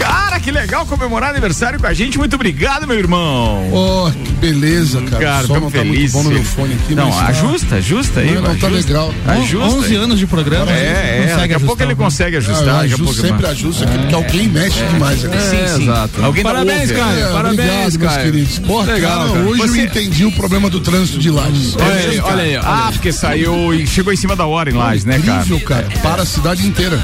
Speaker 9: Cara, que legal comemorar aniversário com a gente. Muito obrigado, meu irmão.
Speaker 10: Ó, que beleza, cara.
Speaker 1: Cara,
Speaker 10: o som
Speaker 1: tão
Speaker 10: não tá muito
Speaker 1: feliz.
Speaker 10: bom no meu fone aqui,
Speaker 1: não,
Speaker 10: mas- tá-
Speaker 1: ajusta, ajusta aí.
Speaker 10: Não, não tá
Speaker 1: ajusta.
Speaker 10: legal.
Speaker 1: Ajusta.
Speaker 3: 11
Speaker 1: aí.
Speaker 3: anos de programa. a gente
Speaker 1: É, é,
Speaker 3: consegue
Speaker 1: daqui a pouco
Speaker 3: ajustar
Speaker 1: ele
Speaker 3: alguma coisa.
Speaker 10: Ah,
Speaker 1: consegue
Speaker 10: eu
Speaker 1: ajustar. daqui a
Speaker 10: ajusto,
Speaker 1: pouco ele
Speaker 10: sempre
Speaker 1: vai. É.
Speaker 10: ajusta aqui, porque alguém mexe demais aqui.
Speaker 4: É, exato.
Speaker 1: Alguém tá dá
Speaker 4: Parabéns,
Speaker 1: over.
Speaker 4: cara.
Speaker 10: É,
Speaker 4: Parabéns,
Speaker 10: obrigado,
Speaker 4: cara.
Speaker 10: meus queridos. Pô,
Speaker 4: Legal,
Speaker 10: cara,
Speaker 4: cara.
Speaker 10: hoje
Speaker 1: Você- É,
Speaker 10: eu entendi o problema do trânsito de Lages.
Speaker 1: Olha aí, olha aí. Ah, porque saiu e chegou em cima da hora em Lages, né, cara?
Speaker 10: Incrível, cara. Para a cidade inteira.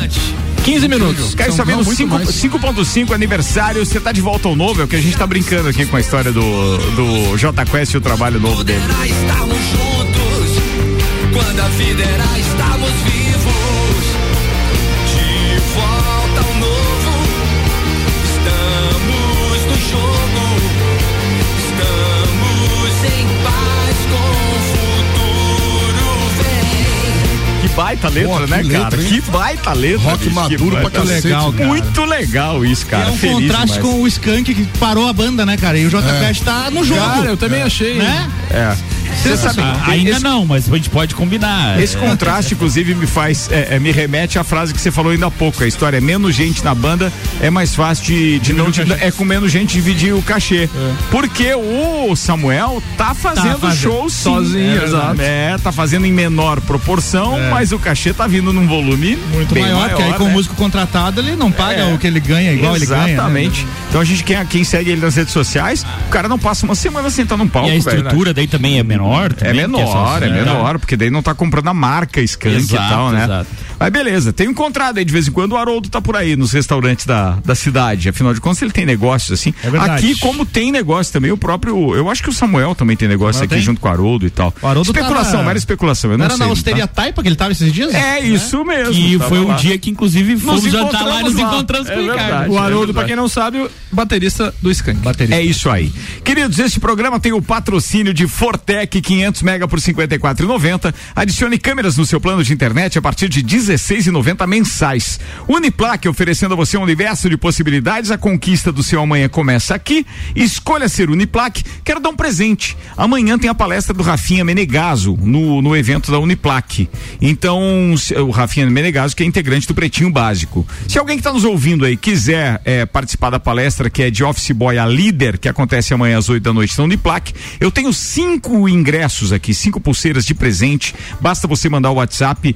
Speaker 1: 15 minutos. Caio
Speaker 10: São
Speaker 1: Sabino,
Speaker 10: Paulo, muito mais.
Speaker 1: 5.5 aniversário. Você tá de volta ao novo, é o que a gente tá brincando aqui com a história do, do J Quest e o trabalho novo dele.
Speaker 8: Poderá estarmos juntos, quando a vida era estarmos vivos. De volta ao novo, estamos no jogo, estamos em paz com o futuro vem.
Speaker 1: Que baita letra,
Speaker 10: Pô, que
Speaker 1: né, cara?
Speaker 10: letra, hein?
Speaker 1: Que baita letra.
Speaker 10: Rock
Speaker 1: bicho, que
Speaker 10: maduro pra
Speaker 1: baita
Speaker 10: cacete.
Speaker 3: legal, cara.
Speaker 1: Muito legal isso, cara.
Speaker 3: É um
Speaker 1: Feliz
Speaker 3: contraste
Speaker 1: demais.
Speaker 3: com o Skank que parou a banda, né, cara? E o JPS tá no jogo.
Speaker 4: Cara, eu também achei.
Speaker 3: né?
Speaker 1: É. Você sabe,
Speaker 7: Ah, ainda não, mas a gente pode combinar.
Speaker 3: É.
Speaker 1: Esse contraste, inclusive, me faz, é, é, me remete à frase que você falou ainda há pouco. A história é menos gente na banda, é mais fácil de, de não. de- é com menos gente dividir o cachê.
Speaker 3: É.
Speaker 1: Porque o Samuel tá fazendo,
Speaker 4: fazendo.
Speaker 1: show sim.
Speaker 4: Sozinho,
Speaker 1: é,
Speaker 4: exato.
Speaker 1: É, tá fazendo em menor proporção, mas o cachê tá vindo num volume
Speaker 3: É. Muito
Speaker 1: bem
Speaker 3: maior, porque aí com o
Speaker 1: né?
Speaker 3: músico contratado ele não paga
Speaker 1: É.
Speaker 3: o que ele ganha, igual
Speaker 1: Exatamente.
Speaker 3: ele ganha. né?
Speaker 1: Então a gente, quem, quem segue ele nas redes sociais, o cara não passa uma semana sentado num palco,
Speaker 7: E a
Speaker 1: velho.
Speaker 7: estrutura daí também é menor?
Speaker 1: É
Speaker 7: também, que
Speaker 1: menor,
Speaker 3: né?
Speaker 7: essas-
Speaker 1: é menor, porque daí não tá comprando a marca Skank e
Speaker 7: Exato,
Speaker 1: tal, né?
Speaker 7: exato.
Speaker 1: Mas beleza, tem um contrato aí de vez em quando, o Haroldo tá por aí nos restaurantes da, da cidade, afinal de contas ele tem negócios assim.
Speaker 3: É verdade.
Speaker 1: Aqui, como tem negócio também, o próprio, eu acho que o Samuel também tem negócio
Speaker 3: Samuel
Speaker 1: aqui
Speaker 3: tem?
Speaker 1: junto com o Haroldo e tal.
Speaker 3: O Haroldo
Speaker 1: especulação,
Speaker 3: tava-
Speaker 1: era especulação, eu não,
Speaker 3: Não era
Speaker 1: sei.
Speaker 3: na
Speaker 1: tá?
Speaker 3: Austeria Taipa que ele tava esses dias? Né?
Speaker 1: É isso mesmo.
Speaker 7: Que
Speaker 1: tava
Speaker 7: foi um
Speaker 1: lá.
Speaker 7: dia que, inclusive, fomos jantar lá e nos
Speaker 1: lá.
Speaker 7: encontramos
Speaker 1: É
Speaker 7: com o Ricardo.
Speaker 1: verdade.
Speaker 4: O Haroldo, pra quem não sabe, o baterista do Skank.
Speaker 3: Baterista.
Speaker 1: É isso aí. Queridos, este programa tem o patrocínio de Fortec 500 mega por 54,90. Adicione câmeras no seu plano de internet a partir de R$ 19,90 16,90 mensais. Uniplaque oferecendo a você um universo de possibilidades. A conquista do seu amanhã começa aqui. Escolha ser Uniplaque. Quero dar um presente. Amanhã tem a palestra do Rafinha Menegaso no, no evento da Uniplaque. Então, se- o Rafinha Menegaso, que é integrante do Pretinho Básico. Se alguém que está nos ouvindo aí quiser eh, participar da palestra que é de Office Boy a Líder, que acontece amanhã às 8 da noite na Uniplaque, eu tenho cinco ingressos aqui, cinco pulseiras de presente. Basta você mandar o WhatsApp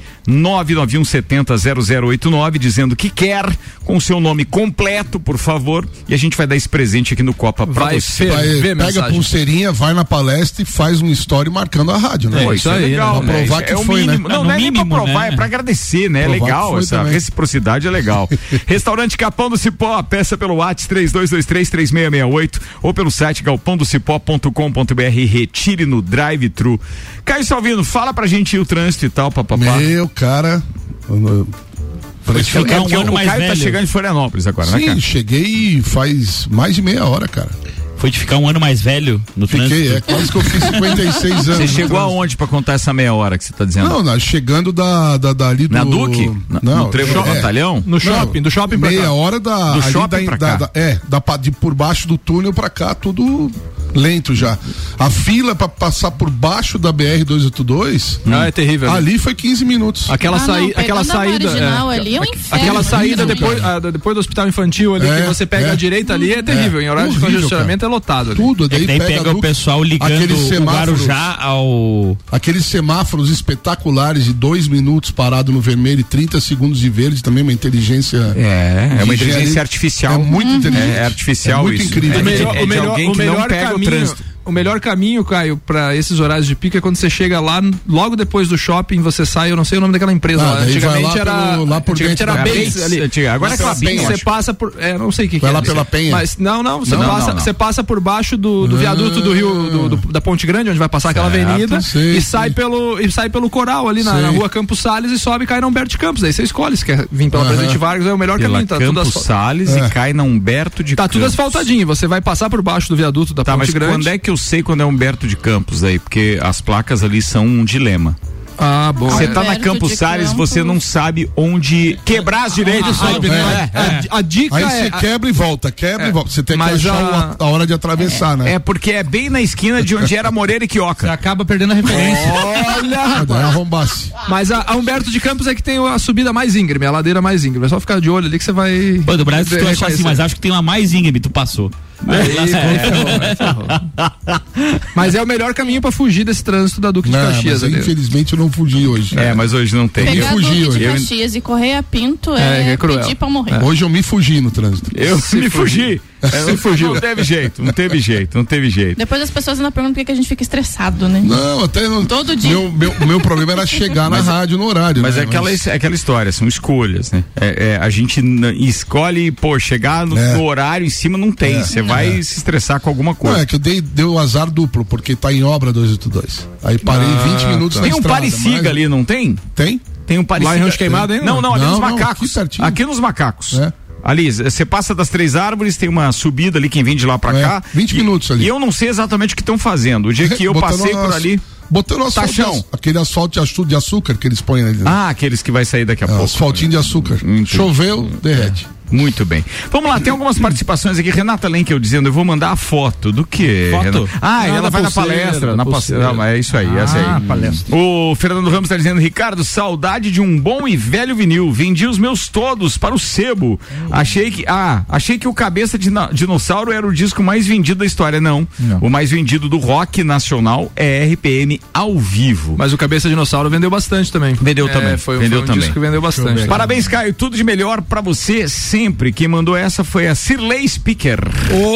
Speaker 1: 991700089 dizendo que quer, com o seu nome completo, por favor, e a gente vai dar esse presente aqui no Copa pra
Speaker 4: Vai
Speaker 1: você.
Speaker 4: ser,
Speaker 10: Vai,
Speaker 4: vê
Speaker 10: pega a
Speaker 4: mensagem.
Speaker 10: pulseirinha, vai na palestra e faz um story marcando a rádio, né?
Speaker 4: É, isso aí,
Speaker 1: legal,
Speaker 10: né? Pra provar
Speaker 1: Isso
Speaker 10: que
Speaker 1: é o
Speaker 10: foi, né?
Speaker 1: mínimo. Não,
Speaker 7: Ah,
Speaker 1: não,
Speaker 7: no
Speaker 1: é nem pra
Speaker 7: mínimo,
Speaker 1: provar,
Speaker 7: né?
Speaker 1: é pra agradecer, né? É
Speaker 10: Provar que
Speaker 1: legal,
Speaker 10: foi
Speaker 1: essa
Speaker 10: também.
Speaker 1: reciprocidade
Speaker 10: (laughs)
Speaker 1: é legal. Restaurante Capão do Cipó, peça pelo WhatsApp 32233668 ou pelo site galpãodocipó.com.br retire no drive-thru. Caio Salvino, fala pra gente o trânsito e tal, papapá.
Speaker 10: Meu, cara. é
Speaker 7: ficar um
Speaker 1: o
Speaker 7: ano mais
Speaker 1: Caio tá
Speaker 7: velho.
Speaker 1: chegando em Florianópolis agora, né,
Speaker 10: Sim,
Speaker 1: cara?
Speaker 10: cheguei faz mais de meia hora, cara.
Speaker 7: Foi de ficar um ano mais velho no
Speaker 10: Fiquei,
Speaker 7: trânsito.
Speaker 10: é quase que eu fiz 56 anos.
Speaker 1: Você
Speaker 10: no
Speaker 1: chegou
Speaker 10: trânsito.
Speaker 1: aonde pra contar essa meia hora que você tá dizendo?
Speaker 10: Não, não, chegando da, da, dali do.
Speaker 1: Na Duque? Na-
Speaker 10: Não,
Speaker 1: no trevo do
Speaker 10: é,
Speaker 1: batalhão?
Speaker 4: No shopping, do shopping pra
Speaker 10: Meia
Speaker 4: cá.
Speaker 10: hora da.
Speaker 1: Do
Speaker 10: ali
Speaker 1: shopping
Speaker 10: da-
Speaker 1: pra
Speaker 10: da-
Speaker 1: cá.
Speaker 10: da- é, da, pa- de por baixo do túnel pra cá, tudo lento já. A fila pra passar por baixo da BR-282,
Speaker 4: Ah, é terrível. né?
Speaker 10: ali foi 15 minutos.
Speaker 4: Aquela,
Speaker 5: Ah, não,
Speaker 4: saí- aquela
Speaker 5: pegando a
Speaker 4: saída.
Speaker 5: marginal
Speaker 4: é.
Speaker 5: ali é um inferno.
Speaker 4: Aquela saída
Speaker 5: Horrível.
Speaker 4: depois, ah, da- depois do hospital infantil ali,
Speaker 10: É,
Speaker 4: que você pega
Speaker 10: é.
Speaker 4: a direita ali, é terrível. Em horário de
Speaker 10: Horrível,
Speaker 4: congestionamento é lotado ali.
Speaker 10: Tudo, daí
Speaker 7: É que daí pega o
Speaker 10: Duque,
Speaker 7: pessoal ligando
Speaker 10: aqueles
Speaker 7: o
Speaker 10: semáforos-
Speaker 7: Guarujá ao.
Speaker 10: Aqueles semáforos espetaculares de dois minutos parado no vermelho e 30 segundos de verde, também uma inteligência.
Speaker 1: É, é uma
Speaker 10: de
Speaker 1: inteligência
Speaker 10: engenharia.
Speaker 1: artificial.
Speaker 10: É muito inteligente.
Speaker 1: É artificial
Speaker 10: É muito
Speaker 1: isso.
Speaker 10: incrível.
Speaker 1: É,
Speaker 4: O
Speaker 1: de-
Speaker 4: melhor-
Speaker 1: é
Speaker 4: o
Speaker 1: de
Speaker 4: melhor-
Speaker 1: alguém
Speaker 4: o
Speaker 1: que não
Speaker 4: melhor
Speaker 1: pega o
Speaker 4: caminho,
Speaker 1: trânsito.
Speaker 4: o melhor caminho, Caio, pra esses horários de pico é quando você chega lá, logo depois do shopping, você sai, eu não sei o nome daquela empresa.
Speaker 10: Ah,
Speaker 4: lá.
Speaker 10: daí vai
Speaker 4: Antigamente
Speaker 10: lá
Speaker 4: era,
Speaker 10: pelo- lá por
Speaker 4: antigamente
Speaker 10: dentro
Speaker 4: era
Speaker 10: da
Speaker 4: Bates
Speaker 1: Bates,
Speaker 4: ali.
Speaker 1: antiga. Agora é
Speaker 4: Lá pela
Speaker 1: Clabin,
Speaker 4: Bates,
Speaker 1: eu
Speaker 4: Você
Speaker 1: acho.
Speaker 4: passa por, é, não sei o que
Speaker 10: Vai
Speaker 4: que
Speaker 10: lá
Speaker 4: é,
Speaker 10: pela Penha?
Speaker 4: Mas não, não, você
Speaker 1: Não, não,
Speaker 4: passa,
Speaker 1: não.
Speaker 4: você passa por baixo do, do viaduto do Rio do- do- da Ponte Grande, onde vai passar aquela
Speaker 1: Certo,
Speaker 4: avenida
Speaker 10: sei,
Speaker 4: e sai
Speaker 10: sei.
Speaker 4: pelo e sai pelo Coral ali na,
Speaker 10: Sei.
Speaker 4: na Rua Campos Sales e sobe e cai na Humberto de Campos. Aí você escolhe se quer vir pela
Speaker 10: Aham.
Speaker 4: Presidente Vargas, é o melhor
Speaker 1: Pela
Speaker 4: caminho, tá tudo
Speaker 1: Campos
Speaker 4: asfal-
Speaker 1: Salles
Speaker 10: É.
Speaker 1: e cai na Humberto de
Speaker 4: Tá tudo
Speaker 1: Campos.
Speaker 4: asfaltadinho, você vai passar por baixo do viaduto da
Speaker 1: Tá,
Speaker 4: Ponte
Speaker 1: mas
Speaker 4: Grande.
Speaker 1: quando é que eu sei quando é Humberto de Campos aí? Porque as placas ali são um dilema.
Speaker 4: Ah, bom.
Speaker 1: Você
Speaker 4: É.
Speaker 1: tá na
Speaker 5: Humberto
Speaker 1: Campos
Speaker 5: de
Speaker 1: Salles,
Speaker 5: Campos.
Speaker 1: você não sabe onde quebrar as direitas. É,
Speaker 4: sabe, né? A, a dica
Speaker 10: Aí
Speaker 4: é.
Speaker 10: você quebra e volta, quebra e volta. Você tem que
Speaker 4: Mas
Speaker 10: achar
Speaker 4: a-
Speaker 10: o- a... hora de atravessar, né?
Speaker 1: É porque é bem na esquina de onde era Moreira e
Speaker 3: Você
Speaker 1: Quioca.
Speaker 3: acaba perdendo a referência.
Speaker 4: Olha!
Speaker 1: (laughs)
Speaker 10: Ah, daí arrombasse.
Speaker 4: Mas a, a Humberto de Campos é que tem a subida mais íngreme, a ladeira mais íngreme. É só ficar de olho ali que você vai.
Speaker 7: Pô, do Brasil, tu
Speaker 4: vai
Speaker 7: achou assim, mas
Speaker 4: conhecer.
Speaker 7: acho que tem uma mais íngreme, tu passou. Aí lá- é.
Speaker 4: Aí, ferrou, aí ferrou. Mas é o melhor caminho pra fugir desse trânsito da Duque de
Speaker 10: Não,
Speaker 4: Caxias
Speaker 10: mas
Speaker 4: ali.
Speaker 10: infelizmente eu não fugi hoje.
Speaker 1: É, mas hoje não tem.
Speaker 10: Eu
Speaker 5: Pegar
Speaker 10: fugi
Speaker 5: Duque de
Speaker 10: hoje.
Speaker 5: Caxias e correr a pinto
Speaker 4: É,
Speaker 5: é,
Speaker 4: é cruel.
Speaker 5: pedir pra morrer.
Speaker 10: Hoje eu me fugi no trânsito.
Speaker 1: Eu
Speaker 4: Se
Speaker 1: me fugi.
Speaker 4: fugiu.
Speaker 1: É, não- Não teve jeito, não teve jeito, não teve jeito.
Speaker 5: Depois as pessoas ainda perguntam por que que a gente fica estressado, né?
Speaker 10: Não, até não.
Speaker 5: Todo dia.
Speaker 10: Meu, meu, meu problema era chegar tá na rádio no horário.
Speaker 1: Mas
Speaker 10: né?
Speaker 1: é aquela, é aquela história, são escolhas, né? É, é, a gente n- escolhe, pô, chegar no,
Speaker 10: É.
Speaker 1: no horário em cima não tem. Você vai se estressar com alguma
Speaker 10: Não,
Speaker 1: coisa.
Speaker 10: é que eu dei, deu azar duplo, porque tá em obra 282. Aí parei
Speaker 4: Ah.
Speaker 10: 20 minutos na
Speaker 1: tem um
Speaker 10: estrada,
Speaker 1: pareciga
Speaker 10: mas-
Speaker 1: ali, não tem?
Speaker 10: Tem?
Speaker 1: Tem um pareciga.
Speaker 4: Lá em Rancho Queimado, hein?
Speaker 1: Não, não, ali
Speaker 10: Não,
Speaker 1: nos
Speaker 10: não,
Speaker 1: macacos.
Speaker 10: aqui pertinho.
Speaker 1: aqui nos macacos.
Speaker 10: É.
Speaker 1: Ali, você passa das três árvores, tem uma subida ali, quem vem de lá pra
Speaker 10: É,
Speaker 1: cá.
Speaker 10: 20
Speaker 1: E-
Speaker 10: minutos ali.
Speaker 1: E eu não sei exatamente o que estão fazendo. O dia que eu
Speaker 10: Botando
Speaker 1: passei por
Speaker 10: as-
Speaker 1: ali.
Speaker 10: Botando asfalto, de
Speaker 1: Tachão.
Speaker 10: aç- aquele asfalto de açu- de açúcar que eles põem ali. né?
Speaker 1: Ah, aqueles que vai sair daqui a
Speaker 10: É,
Speaker 1: pouco.
Speaker 10: asfaltinho de açúcar.
Speaker 1: Entendi.
Speaker 10: Choveu, derrete.
Speaker 1: Muito bem. Vamos lá, tem algumas participações aqui. Renata Lenkel dizendo, eu vou mandar a foto do quê?
Speaker 7: Foto?
Speaker 1: Renata? Ah,
Speaker 4: Ah,
Speaker 1: ela
Speaker 4: da
Speaker 1: vai na
Speaker 4: pulseira,
Speaker 1: palestra.
Speaker 4: da
Speaker 1: Na
Speaker 4: pulseira.
Speaker 1: palestra. é isso aí, essa
Speaker 3: Ah,
Speaker 1: aí. palestra. O Fernando Ramos está dizendo, Ricardo, saudade de um bom e velho vinil. Vendi os meus todos para o sebo. Achei que, ah, achei que o Cabeça de Na- Dinossauro era o disco mais vendido da história. Não. O mais vendido do rock nacional é RPM ao vivo.
Speaker 4: Mas o Cabeça Dinossauro vendeu bastante também.
Speaker 1: Vendeu também,
Speaker 4: Foi, um-
Speaker 1: vendeu
Speaker 4: foi um
Speaker 1: também.
Speaker 4: disco que vendeu bastante.
Speaker 1: Parabéns, Caio. Tudo de melhor pra você sempre. Quem mandou essa foi a Cirlei Speaker.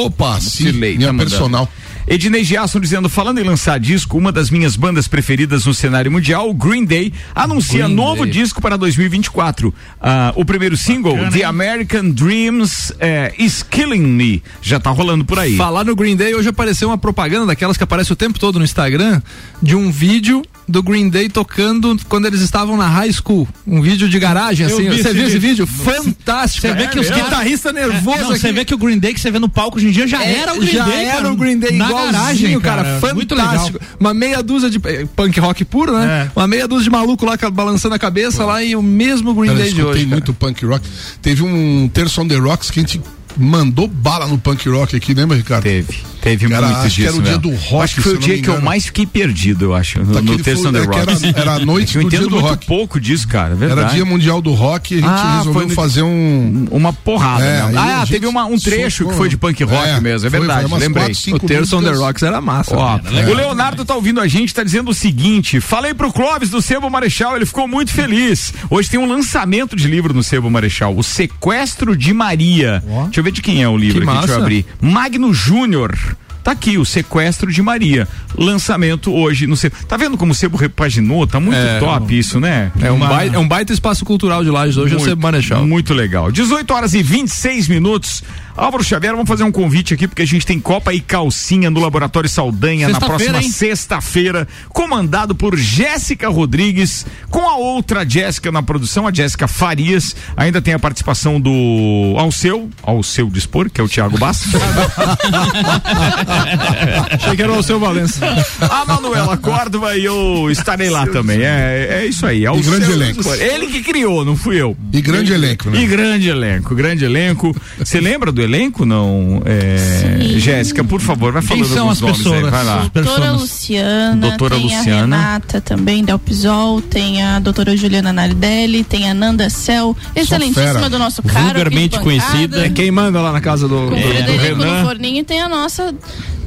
Speaker 10: Opa, sim,
Speaker 1: Cirlei,
Speaker 10: minha
Speaker 1: tá mandando.
Speaker 10: personal.
Speaker 1: Ednei Giasson dizendo, falando em lançar disco, uma das minhas bandas preferidas no cenário mundial, o Green Day, anuncia
Speaker 4: Green
Speaker 1: novo
Speaker 4: Day.
Speaker 1: disco para 2024. Ah, o primeiro single, The American Dreams eh, Is Killing Me, já tá rolando por aí.
Speaker 4: Falar no Green Day, hoje apareceu uma propaganda daquelas que aparece o tempo todo no Instagram, de um vídeo do Green Day tocando quando eles estavam na high school. Um vídeo de garagem, assim.
Speaker 9: vi
Speaker 4: Você
Speaker 9: esse
Speaker 4: viu esse vídeo?
Speaker 9: vídeo.
Speaker 4: Fantástico. É
Speaker 7: Você vê que os
Speaker 4: mesmo?
Speaker 7: caras-
Speaker 4: guitarrista nervoso
Speaker 7: Não, você
Speaker 4: aqui.
Speaker 7: vê que o Green Day que você vê no palco hoje em dia já
Speaker 4: É,
Speaker 7: era o Green
Speaker 4: já
Speaker 7: Day.
Speaker 4: era
Speaker 7: cara,
Speaker 4: o Green Day
Speaker 7: na garagem,
Speaker 4: igualzinho, cara.
Speaker 7: Muito
Speaker 4: Fantástico. Uma meia dúzia de eh, punk rock puro, né? Uma meia dúzia de maluco lá ca- balançando a cabeça lá e o mesmo Green
Speaker 10: Cara, eu
Speaker 4: Day é de
Speaker 10: escutei
Speaker 4: hoje. cara.
Speaker 10: muito punk rock. Teve um Terço on the Rocks que a gente mandou bala no punk rock aqui, lembra, Ricardo?
Speaker 1: Teve. Teve
Speaker 10: Cara,
Speaker 1: muito
Speaker 10: acho que
Speaker 1: disso.
Speaker 10: era o dia
Speaker 1: mesmo.
Speaker 10: do rock,
Speaker 1: Acho que foi
Speaker 10: se
Speaker 1: o
Speaker 10: eu não
Speaker 1: dia
Speaker 10: me
Speaker 1: que eu
Speaker 10: engano.
Speaker 1: mais fiquei perdido, eu acho. No,
Speaker 10: Daquele
Speaker 1: no Terço
Speaker 10: foi-
Speaker 1: on the
Speaker 10: é que
Speaker 1: Rocks.
Speaker 10: era- era a noite
Speaker 1: (laughs) eu
Speaker 10: do dia
Speaker 1: entendo
Speaker 10: do
Speaker 1: muito
Speaker 10: rock.
Speaker 1: pouco disso, cara.
Speaker 10: Era
Speaker 1: é Verdade.
Speaker 10: Dia Mundial do Rock e a gente
Speaker 1: Ah, foi
Speaker 10: resolveu
Speaker 1: no-
Speaker 10: fazer um.
Speaker 1: Uma porrada,
Speaker 10: É, aí
Speaker 1: né? Ah,
Speaker 10: a gente
Speaker 1: teve uma- um trecho que
Speaker 10: surfou,
Speaker 1: foi de punk rock
Speaker 10: é,
Speaker 1: mesmo,
Speaker 10: foi-
Speaker 1: é
Speaker 10: foi
Speaker 1: verdade,
Speaker 10: umas
Speaker 1: lembrei.
Speaker 10: quatro, cinco
Speaker 4: O Terço on the
Speaker 10: músicas.
Speaker 4: Rocks era massa. né?
Speaker 1: Ó,
Speaker 4: cara.
Speaker 1: o Leonardo tá ouvindo a gente, tá dizendo o seguinte: falei pro Clóvis do Sebo Marechal, ele ficou muito feliz. Hoje tem um lançamento de livro no Sebo Marechal, O Sequestro de Maria. Deixa eu ver de quem é o livro
Speaker 4: Que
Speaker 1: aqui, deixa eu
Speaker 4: massa.
Speaker 1: abrir. Magno Júnior. Tá aqui, o Sequestro de Maria. Lançamento hoje no Sebo. Tá vendo como o Sebo repaginou? Tá muito
Speaker 4: É,
Speaker 1: top isso, né?
Speaker 4: É um, baita, é um baita espaço cultural de Lages hoje, é o Sebo Marechal.
Speaker 1: Muito legal. 18 horas e 26 minutos. Álvaro Xavier, vamos fazer um convite aqui, porque a gente tem Copa e Calcinha no Laboratório Saldanha na
Speaker 7: Sexta-feira,
Speaker 1: próxima
Speaker 7: hein?
Speaker 1: sexta-feira, comandado por Jéssica Rodrigues, com a outra Jéssica na produção, a Jéssica Farias. Ainda tem a participação do ao seu, ao seu dispor, que é o Thiago Bastos.
Speaker 4: Achei que era o seu
Speaker 1: (laughs)
Speaker 4: Valença.
Speaker 1: a Manuela Córdova e eu estarei lá também. É, é isso aí. Ao
Speaker 10: E grande
Speaker 1: seu
Speaker 10: elenco.
Speaker 1: dispor. Ele que criou, não fui eu.
Speaker 10: E grande elenco, né?
Speaker 1: E grande elenco, grande elenco. Você lembra do elenco, não? É,
Speaker 5: Sim.
Speaker 1: Jéssica, por favor, vai falando
Speaker 7: Quem são
Speaker 1: alguns
Speaker 7: as
Speaker 1: nomes
Speaker 7: pessoas?
Speaker 1: aí, vai lá.
Speaker 5: Doutora
Speaker 7: Personas.
Speaker 5: Luciana,
Speaker 1: Doutora
Speaker 5: tem
Speaker 1: Luciana.
Speaker 5: a Renata também, Delpisol, tem a doutora Juliana Nardelli, tem a Nanda Cel,
Speaker 10: fera.
Speaker 5: excelentíssima do nosso cara.
Speaker 7: Vulgarmente conhecida.
Speaker 4: É quem manda lá na casa do.
Speaker 5: Com o
Speaker 4: Uhum. É, do-
Speaker 5: Frederico
Speaker 1: Renan.
Speaker 5: no Forninho e tem a nossa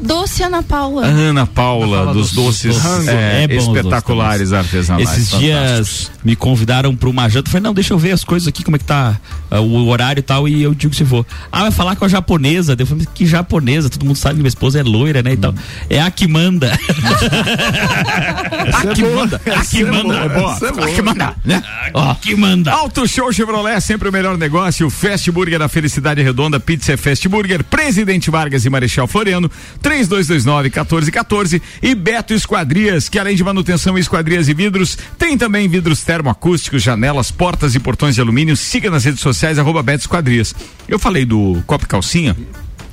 Speaker 5: doce Ana Paula. (laughs)
Speaker 1: Ana Paula, dos doces
Speaker 7: doces.
Speaker 1: é,
Speaker 7: É bom os doces
Speaker 1: espetaculares artesanais.
Speaker 7: Esses
Speaker 1: fantásticos.
Speaker 7: dias me convidaram pra uma janta. Eu falei, não, deixa eu ver as coisas aqui, como é que tá ah, o horário e tal. E eu digo se vou. Ah, vai falar com a japonesa. Daí Eu falei, mas que japonesa? Todo mundo sabe que minha esposa é loira, né? E tal.
Speaker 1: Hum.
Speaker 7: É a que manda.
Speaker 1: (laughs)
Speaker 7: a que manda. A que manda.
Speaker 1: é boa.
Speaker 7: A que manda. né? Ó, A que manda.
Speaker 1: Auto Show Chevrolet, sempre o melhor negócio. Fast Burger da Felicidade Redonda, Pizza é Fast Burger, Presidente Vargas e Marechal Floriano, 3229-1414 e Beto Esquadrias, que além de manutenção em esquadrias e vidros, tem também vidros termoacústicos, janelas, portas e portões de alumínio. Siga nas redes sociais, arroba Beto Esquadrias. Eu falei do Copo e Calcinha.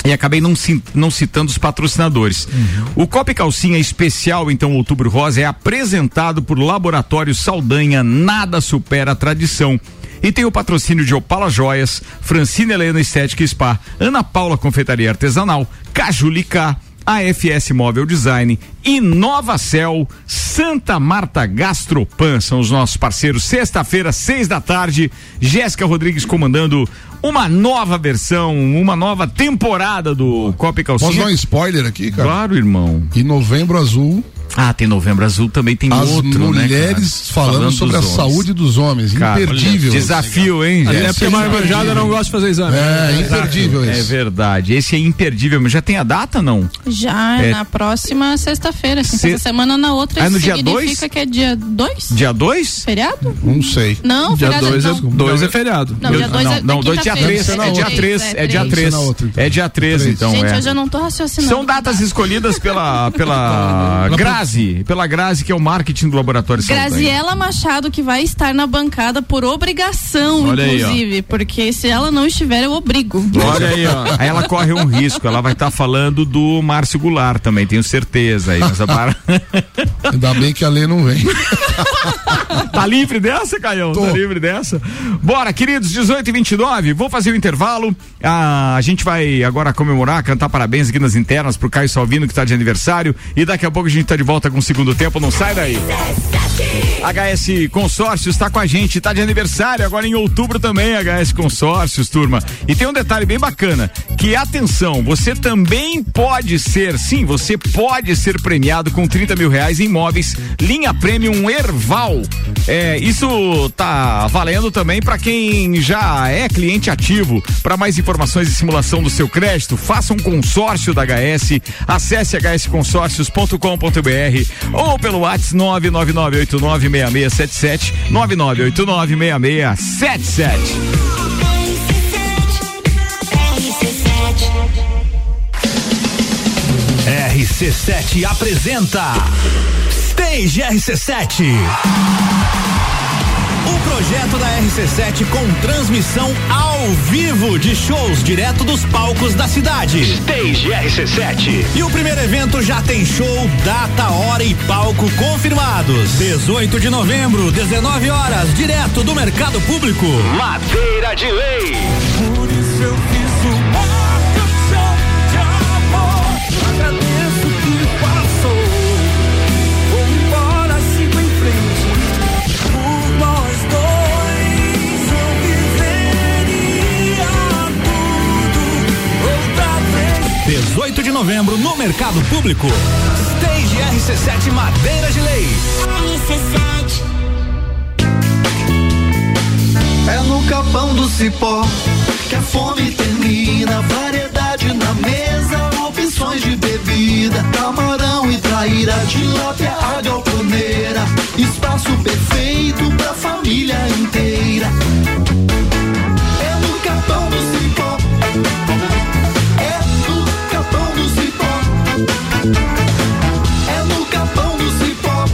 Speaker 1: E acabei não, cin- não citando os patrocinadores. O Copa e Calcinha Especial, então, Outubro Rosa, é apresentado por Laboratório Saldanha. Nada supera a tradição. E tem o patrocínio de Opala Joias, Francina Helena Estética e Spa, Ana Paula Confeitaria Artesanal, Cajulicá, AFS Móvel Design, Inovacel, Santa Marta Gastropan são os nossos parceiros. Sexta-feira, seis da tarde, Jéssica Rodrigues comandando uma nova versão, uma nova temporada do Copa e
Speaker 10: Posso dar um
Speaker 1: Calcinha.
Speaker 10: spoiler aqui, cara?
Speaker 1: Claro, irmão.
Speaker 10: Em novembro azul,
Speaker 1: Ah, tem Novembro Azul também, tem
Speaker 10: as
Speaker 1: outro, né, cara?
Speaker 10: mulheres falando, sobre a
Speaker 1: dos homens.
Speaker 10: saúde dos homens.
Speaker 1: Cara,
Speaker 10: imperdível.
Speaker 1: Desafio, hein,
Speaker 4: Até
Speaker 1: Jéssica?
Speaker 4: porque a Marvanjada não gosta de fazer exame.
Speaker 10: É, imperdível
Speaker 1: É
Speaker 10: esse.
Speaker 1: verdade. Esse é imperdível, mas já tem a data, não?
Speaker 5: Já
Speaker 1: É.
Speaker 5: na próxima sexta-feira, assim,
Speaker 1: Se-
Speaker 5: essa semana na outra,
Speaker 1: Ah,
Speaker 5: isso
Speaker 1: no dia
Speaker 5: significa
Speaker 1: dois?
Speaker 5: que é dia 2?
Speaker 1: Dia 2?
Speaker 5: Feriado?
Speaker 10: Não sei.
Speaker 5: Não,
Speaker 4: Dia
Speaker 5: feriado
Speaker 4: 2 é,
Speaker 5: não.
Speaker 4: dois é feriado.
Speaker 5: Não, dia 2 é
Speaker 1: não, dois, dia 3,
Speaker 5: três,
Speaker 1: é dia 3, é dia
Speaker 5: três.
Speaker 1: 3.
Speaker 10: na outra, então.
Speaker 1: É dia 13,
Speaker 10: Três.
Speaker 1: então,
Speaker 5: Gente,
Speaker 1: é.
Speaker 5: eu já não tô raciocinando.
Speaker 1: São datas escolhidas pela, pela Grazi, pela Grazi, que é o marketing do Laboratório Saldanha.
Speaker 5: Graziela Machado, que vai estar na bancada por obrigação,
Speaker 1: Olha aí, ó.
Speaker 5: inclusive. porque se ela não estiver, eu obrigo.
Speaker 1: Olha aí, ó. Aí ela corre um risco, ela vai estar falando do Márcio Goulart também, tenho certeza aí. Nessa par...
Speaker 10: (laughs) Ainda bem que a Lê não vem.
Speaker 1: (laughs) tá livre dessa, Caião?
Speaker 10: Tô.
Speaker 1: Tá livre dessa? Bora, queridos, 18 e 29 vou fazer o intervalo. Ah, a gente vai agora comemorar, cantar parabéns aqui nas internas pro Caio Salvino, que tá de aniversário. E daqui a pouco a gente tá de volta com o segundo tempo, não sai daí. HS Consórcios está com a gente, está de aniversário agora em outubro também, HS Consórcios, turma. E tem um detalhe bem bacana, que atenção, você também pode ser, sim, você pode ser premiado com 30 mil reais em imóveis, linha premium Erval. É, isso tá valendo também para quem já é cliente ativo. Para mais informações e simulação do seu crédito, faça um consórcio da HS, acesse hsconsórcios.com.br ou pelo WhatsApp 999896677, 99896677.
Speaker 11: RC7 apresenta Stay 3 de RC7. O projeto da RC7 com transmissão ao vivo de shows direto dos palcos da cidade.
Speaker 2: Stage RC7.
Speaker 11: E o primeiro evento já tem show, data, hora e palco confirmados. 18 de novembro, 19 horas, direto do Mercado Público.
Speaker 2: Madeira de lei.
Speaker 8: Outra
Speaker 11: 18 de novembro, no Mercado Público. Stage RC7 Madeira de Lei.
Speaker 8: vez.
Speaker 12: É no capão do cipó que a fome termina. Variedade na mesa, opções de bebida, camarão e traíra, tilápia, a galponeira. Espaço perfeito pra família inteira. É no capão do cipó. É no capão do cipó. É no capão do cipó.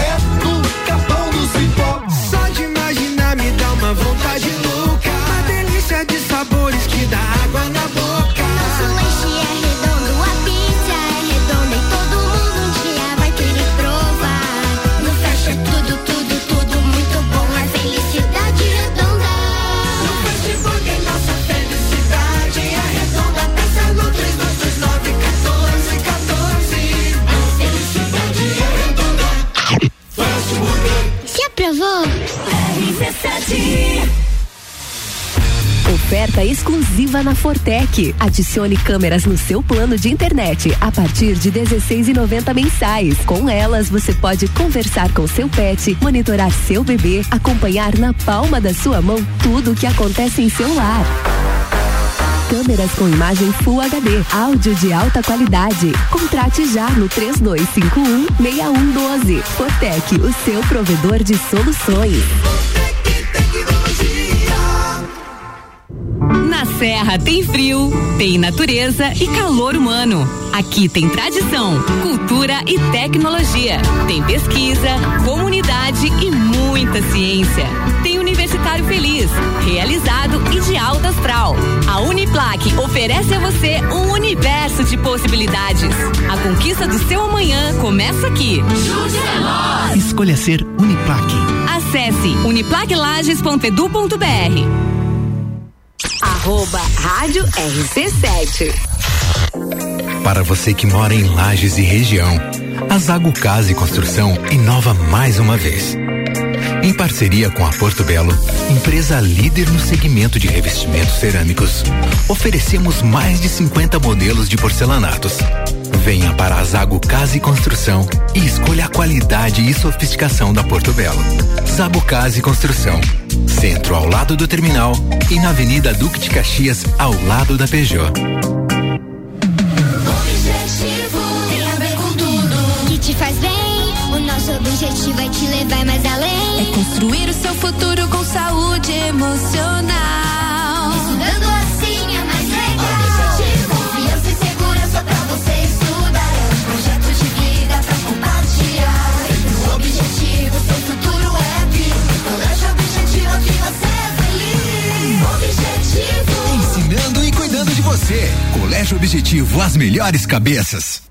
Speaker 12: É no capão do cipó.
Speaker 8: Só de imaginar me dá uma vontade louca. Uma delícia de sabores que dá água na boca. Nosso lanche é redondo, a pizza é redonda e todo mundo um dia vai querer provar. No fecha tudo, tudo, tudo muito bom. A felicidade é redonda. No fecha burger, nossa felicidade é redonda. Peça no 3, 2, 3, 9, 14, 14. A felicidade é redonda. Fast burger. Se aprovou? RC7
Speaker 13: Oferta exclusiva na Fortec. Adicione câmeras no seu plano de internet a partir de 16,90 mensais. Com elas, você pode conversar com seu pet, monitorar seu bebê, acompanhar na palma da sua mão tudo o que acontece em seu lar. Câmeras com imagem Full HD, áudio de alta qualidade. Contrate já no 3251-6112. Fortec, o seu provedor de soluções.
Speaker 14: Na Serra tem frio, tem natureza e calor humano. Aqui tem tradição, cultura e tecnologia. Tem pesquisa, comunidade e muita ciência. Tem Universitário Feliz, realizado e de alta astral. A Uniplaque oferece a você um universo de possibilidades. A conquista do seu amanhã começa aqui.
Speaker 15: Escolha ser Uniplaque.
Speaker 14: Acesse uniplaquelages.edu.br.
Speaker 13: Arroba Rádio RC7.
Speaker 16: Para você que mora em Lages e região, a Zago Casa e Construção inova mais uma vez. Em parceria com a Porto Belo, empresa líder no segmento de revestimentos cerâmicos, oferecemos mais de 50 modelos de porcelanatos. Venha para a Zago Casa e Construção e escolha a qualidade e sofisticação da Porto Belo. Zago Casa e Construção, centro ao lado do terminal e na Avenida Duque de Caxias, ao lado da Peugeot.
Speaker 17: Objetivo tem a ver com tudo que te faz bem. O nosso objetivo é te levar mais além. É construir o seu futuro com saúde emocional. Estudando assim é mais legal. Objetivo, confiança e segurança pra você estudar. É um projeto de vida pra compartilhar. O objetivo, seu futuro é vir. Colégio objetivo que você é feliz. Objetivo.
Speaker 16: Ensinando e cuidando de você. Colégio Objetivo, as melhores cabeças.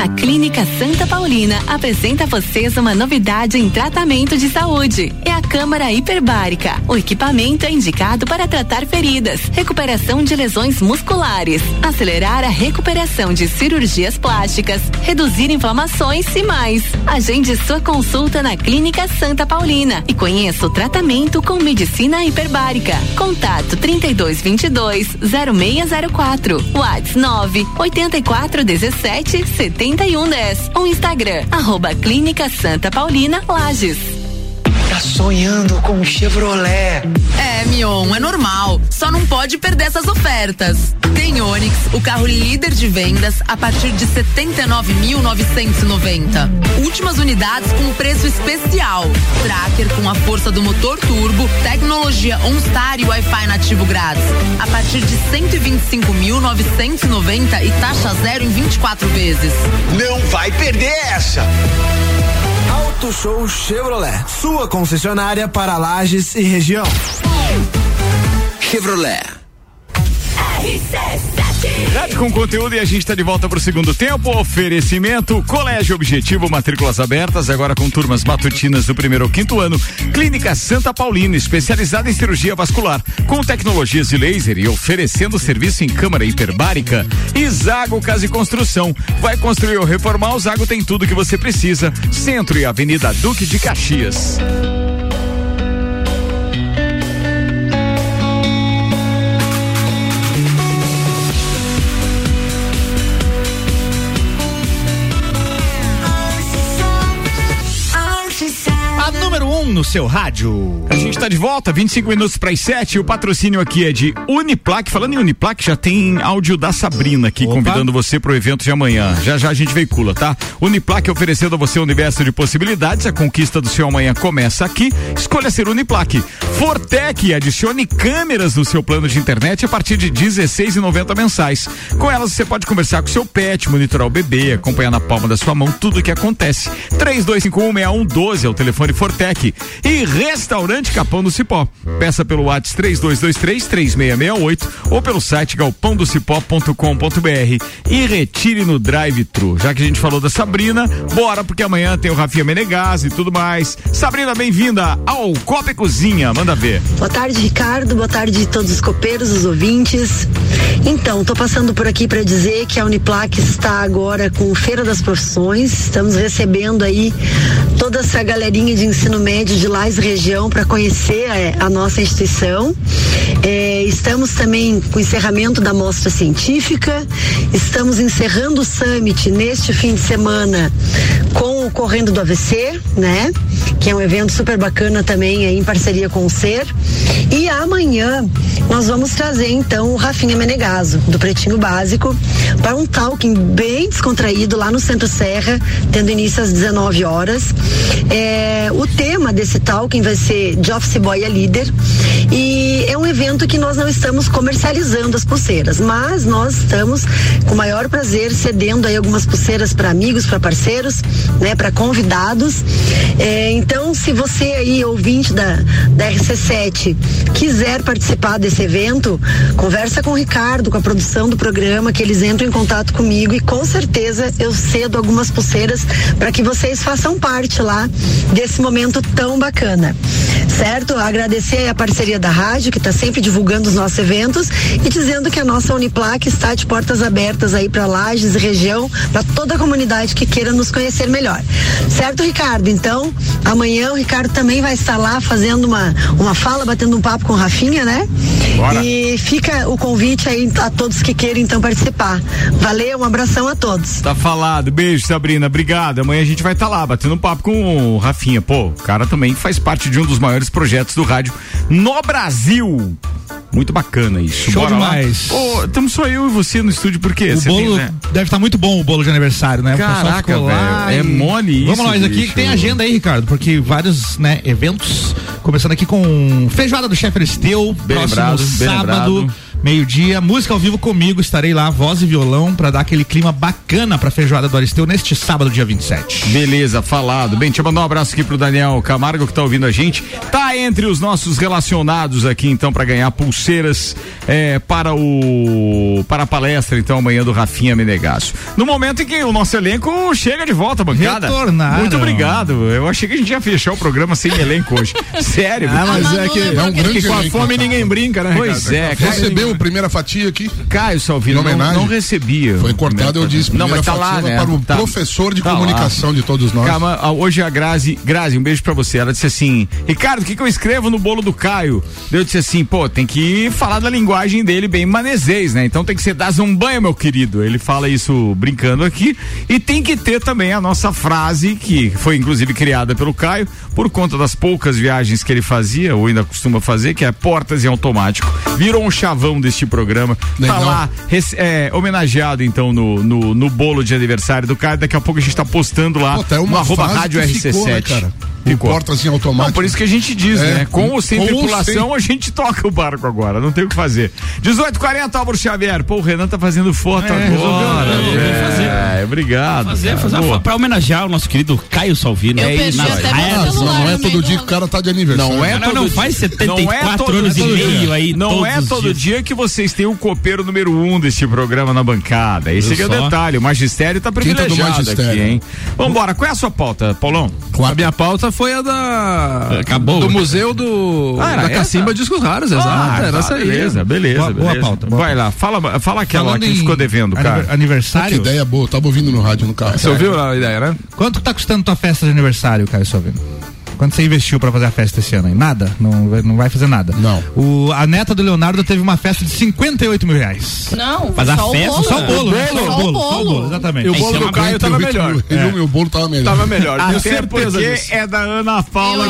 Speaker 14: A Clínica Santa Paulina apresenta a vocês uma novidade em tratamento de saúde. É a Câmara Hiperbárica. O equipamento é indicado para tratar feridas, recuperação de lesões musculares, acelerar a recuperação de cirurgias plásticas, reduzir inflamações e mais. Agende sua consulta na Clínica Santa Paulina e conheça o tratamento com medicina hiperbárica. Contato 3222 0604. WhatsApp 9 84 17 7110. Ou Instagram, arroba Clínica Santa Paulina Lages.
Speaker 8: tá sonhando com um Chevrolet.
Speaker 18: É, Mion, é normal. Só não pode perder essas ofertas. Tem Onix, o carro líder de vendas, a partir de 79.990. Últimas unidades com preço especial. Tracker com a força do motor turbo, tecnologia OnStar e Wi-Fi nativo grátis. A partir de 125.990 e taxa zero em 24 vezes.
Speaker 8: Não vai perder essa. Auto Show Chevrolet, sua concessionária para Lages e região. Chevrolet.
Speaker 1: Rádio com conteúdo e a gente está de volta para o segundo tempo. Oferecimento Colégio Objetivo, matrículas abertas, agora com turmas matutinas do primeiro ao quinto ano. Clínica Santa Paulina, especializada em cirurgia vascular, com tecnologias de laser e oferecendo serviço em câmara hiperbárica. E Zago Casa e Construção. Vai construir ou reformar, o Zago tem tudo que você precisa. Centro e Avenida Duque de Caxias.
Speaker 3: A número 1 um no seu rádio.
Speaker 1: A gente está de volta, 25 minutos para as 7. O patrocínio aqui é de Uniplac. Falando em Uniplac, já tem áudio da Sabrina aqui convidando você para o evento de amanhã. Já já a gente veicula, tá? Uniplac oferecendo a você um universo de possibilidades. A conquista do seu amanhã começa aqui. Escolha ser Uniplac. Fortec, adicione câmeras no seu plano de internet a partir de 16,90 mensais. Com elas você pode conversar com seu pet, monitorar o bebê, acompanhar na palma da sua mão tudo o que acontece. 32516112 é o telefone Fortec. E Restaurante Capão do Cipó. Peça pelo WhatsApp 3223-3668 ou pelo site galpãodocipó.com.br e retire no drive-thru. Já que a gente falou da Sabrina, bora porque amanhã tem o Rafinha Menegas e tudo mais. Sabrina, bem-vinda ao Copa e Cozinha. Manda ver.
Speaker 19: Boa tarde, Ricardo. Boa tarde a todos os copeiros, os ouvintes. Então, estou passando por aqui para dizer que a Uniplac está agora com Feira das Profissões. Estamos recebendo aí toda essa galerinha de ensino médio de Lais Região para conhecer eh, a, nossa instituição. Eh, estamos também com o encerramento da mostra científica. Estamos encerrando o summit neste fim de semana com o Correndo do AVC, né? Que é um evento super bacana também aí, em parceria com o Ser. E amanhã nós vamos trazer então o Rafinha Menegaso, do Pretinho Básico, para um talking bem descontraído lá no Centro Serra, tendo início às 19 horas. É, o tema desse talking vai ser de Office Boy a Líder. E é um evento que nós não estamos comercializando as pulseiras, mas nós estamos com o maior prazer cedendo aí algumas pulseiras para amigos, para parceiros, né, para convidados. É, então, se você aí, ouvinte da, da RC7, quiser participar desse evento, conversa com o Ricardo, com a produção do programa, que eles entram em contato comigo e com certeza eu cedo algumas pulseiras para que vocês façam parte lá desse momento tão bacana. Certo? Agradecer a parceria da rádio, que está sempre divulgando os nossos eventos e dizendo que a nossa Uniplac está de portas abertas aí para Lages e região, para toda a comunidade que queira nos conhecer melhor. Certo, Ricardo? Então, amanhã o Ricardo também vai estar lá fazendo uma, uma fala, batendo um papo com o Rafinha, né?
Speaker 1: Bora.
Speaker 19: E fica o convite aí a todos que queiram então participar. Valeu, um abração a todos.
Speaker 1: Tá falado. Beijo, Sabrina. Obrigado. Amanhã a gente vai estar lá batendo um papo com o Rafinha. Pô, o cara também faz parte de um dos maiores projetos do rádio no Brasil. Muito bacana isso.
Speaker 3: Show
Speaker 1: Bora
Speaker 3: demais.
Speaker 1: lá. Ô, tamo só eu e você no estúdio por quê?
Speaker 3: O
Speaker 1: Você
Speaker 3: bolo
Speaker 1: tem, né?
Speaker 3: deve estar muito bom o bolo de aniversário, né? O pessoal
Speaker 1: Caraca,
Speaker 3: ficou lá
Speaker 1: velho, é mole isso,
Speaker 3: Vamos nós aqui
Speaker 1: bicho.
Speaker 3: que tem agenda aí, Ricardo, porque vários, né, eventos, começando aqui com feijoada do chefe Aristeu,
Speaker 1: Bem
Speaker 3: próximo
Speaker 1: lembrado, bem
Speaker 3: sábado,
Speaker 1: lembrado.
Speaker 3: meio-dia, música ao vivo comigo, estarei lá, voz e violão pra dar aquele clima bacana pra feijoada do Aristeu neste sábado, dia 27.
Speaker 1: Beleza, falado. Bem, deixa eu mandar um abraço aqui pro Daniel Camargo que tá ouvindo a gente. Tá entre os nossos relacionados aqui, então, para ganhar pulseiras eh, para o para a palestra, então, amanhã do Rafinha Menegasso. No momento em que o nosso elenco chega de volta à bancada.
Speaker 3: Retornaram.
Speaker 1: Muito obrigado. Eu achei que a gente ia fechar o programa sem
Speaker 4: (laughs)
Speaker 1: elenco hoje. Sério.
Speaker 4: Ah, mas é que- é um grande
Speaker 1: com a
Speaker 4: elenco,
Speaker 1: fome
Speaker 4: tá?
Speaker 1: ninguém brinca, né? Pois
Speaker 4: Ricardo?
Speaker 1: é,
Speaker 4: Recebeu
Speaker 10: recebeu a primeira fatia aqui?
Speaker 1: Caio Salvino,
Speaker 10: Em homenagem?
Speaker 1: não, não recebia.
Speaker 10: Foi cortado, eu disse.
Speaker 1: Não, mas
Speaker 10: primeira
Speaker 1: tá lá,
Speaker 10: fatia
Speaker 1: né?
Speaker 10: Para o
Speaker 1: Tá-
Speaker 10: professor de
Speaker 1: tá lá.
Speaker 10: comunicação de todos nós.
Speaker 1: Calma, ah, hoje a Grazi, Grazi, um beijo pra você. Ela disse assim: Ricardo, o que, que eu escrevo no bolo do Caio? Eu disse assim: pô, tem que falar da linguagem dele bem manezês, né? Então tem que ser das um banho, meu querido. Ele fala isso brincando aqui. E tem que ter também a nossa frase, que foi inclusive criada pelo Caio, por conta das poucas viagens que ele fazia, ou ainda costuma fazer, que é portas em automático. Virou um chavão deste programa. Tá
Speaker 10: Legal.
Speaker 1: lá rece- é, homenageado então no, no, no bolo de aniversário do Caio. Daqui a pouco a gente tá postando lá
Speaker 10: Pô, tá, é
Speaker 1: no
Speaker 10: uma
Speaker 1: arroba
Speaker 10: fase
Speaker 1: rádio
Speaker 10: que
Speaker 1: RC7.
Speaker 10: ficou, né, cara? Ficou. Portas em automático.
Speaker 1: Não, por isso que a gente diz,
Speaker 10: É,
Speaker 1: né? Com ou sem
Speaker 10: com ou
Speaker 1: tripulação,
Speaker 10: sem.
Speaker 1: a gente toca o barco agora, não tem o que fazer. 18h40, Álvaro Xavier. Pô, o Renan tá fazendo foto agora.
Speaker 7: (laughs)
Speaker 10: né?
Speaker 1: É, obrigado.
Speaker 7: Fazer,
Speaker 1: cara.
Speaker 7: fazer uma
Speaker 1: Boa.
Speaker 7: foto pra homenagear o nosso querido Caio Salvino.
Speaker 1: Eu perdi até meu
Speaker 7: Rael.
Speaker 10: Não, É não é todo dia que o cara tá de aniversário.
Speaker 1: Não é
Speaker 7: Não,
Speaker 1: todo é
Speaker 7: não, faz 74 anos e meio aí,
Speaker 1: Não
Speaker 7: todos
Speaker 1: é
Speaker 7: os
Speaker 1: todo
Speaker 7: dias.
Speaker 1: dia que vocês têm o copeiro número um deste programa na bancada. Esse
Speaker 7: Viu
Speaker 1: aqui é o
Speaker 7: só?
Speaker 1: detalhe. O magistério tá
Speaker 7: Quinta do
Speaker 1: privilegiado
Speaker 7: magistério.
Speaker 1: aqui, hein? Vambora, qual é a sua pauta, Paulão?
Speaker 4: A minha pauta foi a da.
Speaker 7: Acabou.
Speaker 1: né?
Speaker 4: Do museu do.
Speaker 1: Ah, era
Speaker 4: da
Speaker 1: essa? Ah,
Speaker 4: Cacimba Discos Raros, exato. Era essa aí.
Speaker 1: Beleza, beleza.
Speaker 4: Boa- boa
Speaker 1: beleza.
Speaker 4: pauta,
Speaker 1: Vai lá, fala, fala aquela lá que ficou devendo, cara. Ah,
Speaker 3: Aniversário?
Speaker 10: Que ideia boa, eu tava ouvindo no rádio no carro.
Speaker 3: Você ouviu
Speaker 4: a ideia, né?
Speaker 3: Quanto que tá custando tua festa de aniversário, Caio Salvino? Quanto você investiu pra fazer a festa esse ano aí? Nada? Não, vai- não vai fazer nada? Não. O, a neta do Leonardo teve uma festa de 58 mil reais.
Speaker 5: Não,
Speaker 3: Mas a
Speaker 5: só o
Speaker 3: festa-
Speaker 5: bolo.
Speaker 3: só o bolo, né? Só o bolo, só o bolo, exatamente.
Speaker 10: E o
Speaker 3: Esse
Speaker 10: bolo
Speaker 3: é
Speaker 10: do
Speaker 3: uma
Speaker 10: Caio
Speaker 3: boa
Speaker 10: tava
Speaker 3: intuitiva.
Speaker 10: melhor.
Speaker 3: É. Ah,
Speaker 10: E o meu bolo tava melhor.
Speaker 1: Tava melhor.
Speaker 10: Tenho
Speaker 1: Tenho certeza
Speaker 10: porque
Speaker 1: disso. é da Ana Paula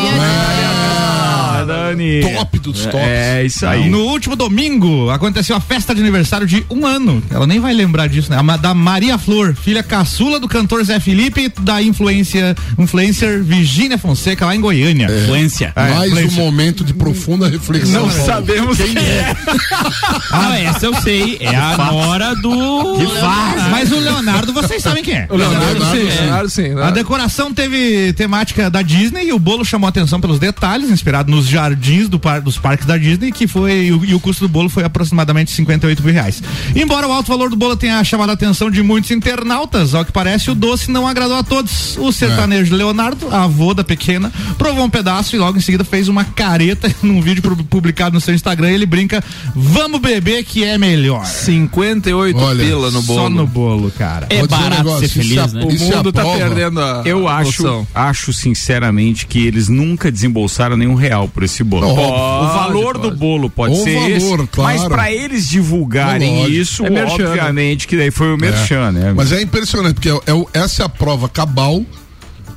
Speaker 1: Gonzaga. Dani.
Speaker 10: Top dos tops.
Speaker 1: É, isso aí.
Speaker 3: No último domingo aconteceu a festa de aniversário de um ano. Ela nem vai lembrar disso, né? A ma- Da Maria Flor, filha caçula do cantor Zé Felipe e da influência, influencer Virgínia Fonseca lá em Goiânia. É,
Speaker 7: Influência.
Speaker 10: Mais um momento de profunda reflexão.
Speaker 3: Não
Speaker 10: Paulo.
Speaker 3: sabemos quem é.
Speaker 7: Ah, essa eu sei. É a hora do.
Speaker 3: Que farsa. Mas o Leonardo, vocês sabem quem é.
Speaker 7: O Leonardo, sim,
Speaker 3: é.
Speaker 7: o Leonardo, sim, né?
Speaker 3: A decoração teve temática da Disney e o bolo chamou atenção pelos detalhes, inspirado nos jardins do par- dos parques da Disney, que foi. E o, e o custo do bolo foi aproximadamente 58 mil reais. Embora o alto valor do bolo tenha chamado a atenção de muitos internautas, ao que parece, o doce não agradou a todos. O sertanejo Leonardo, avô da pequena, provou um pedaço e logo em seguida fez uma careta (laughs) num vídeo pu- publicado no seu Instagram. Ele brinca: Vamos beber que é melhor.
Speaker 4: 58
Speaker 3: Olha,
Speaker 4: pila no bolo.
Speaker 3: Só no bolo, cara.
Speaker 4: É Vou dizer um barato negócio, ser isso feliz, é- né?
Speaker 1: O
Speaker 4: isso é
Speaker 1: mundo
Speaker 4: a
Speaker 1: tá
Speaker 4: prova.
Speaker 1: perdendo a.
Speaker 4: Eu
Speaker 1: Eu
Speaker 4: acho-
Speaker 1: acho, acho sinceramente que eles nunca desembolsaram nenhum real por esse bolo.
Speaker 4: Não,
Speaker 1: Pode,
Speaker 4: óbvio.
Speaker 1: o valor
Speaker 4: pode.
Speaker 1: do bolo pode
Speaker 4: O
Speaker 1: ser
Speaker 4: valor,
Speaker 1: esse, mas
Speaker 4: claro.
Speaker 1: pra eles divulgarem
Speaker 10: É lógico.
Speaker 1: isso,
Speaker 10: É merchan, né?
Speaker 1: obviamente que daí foi o merchan, né?
Speaker 10: Mas é impressionante, porque é, é o- essa é a prova cabal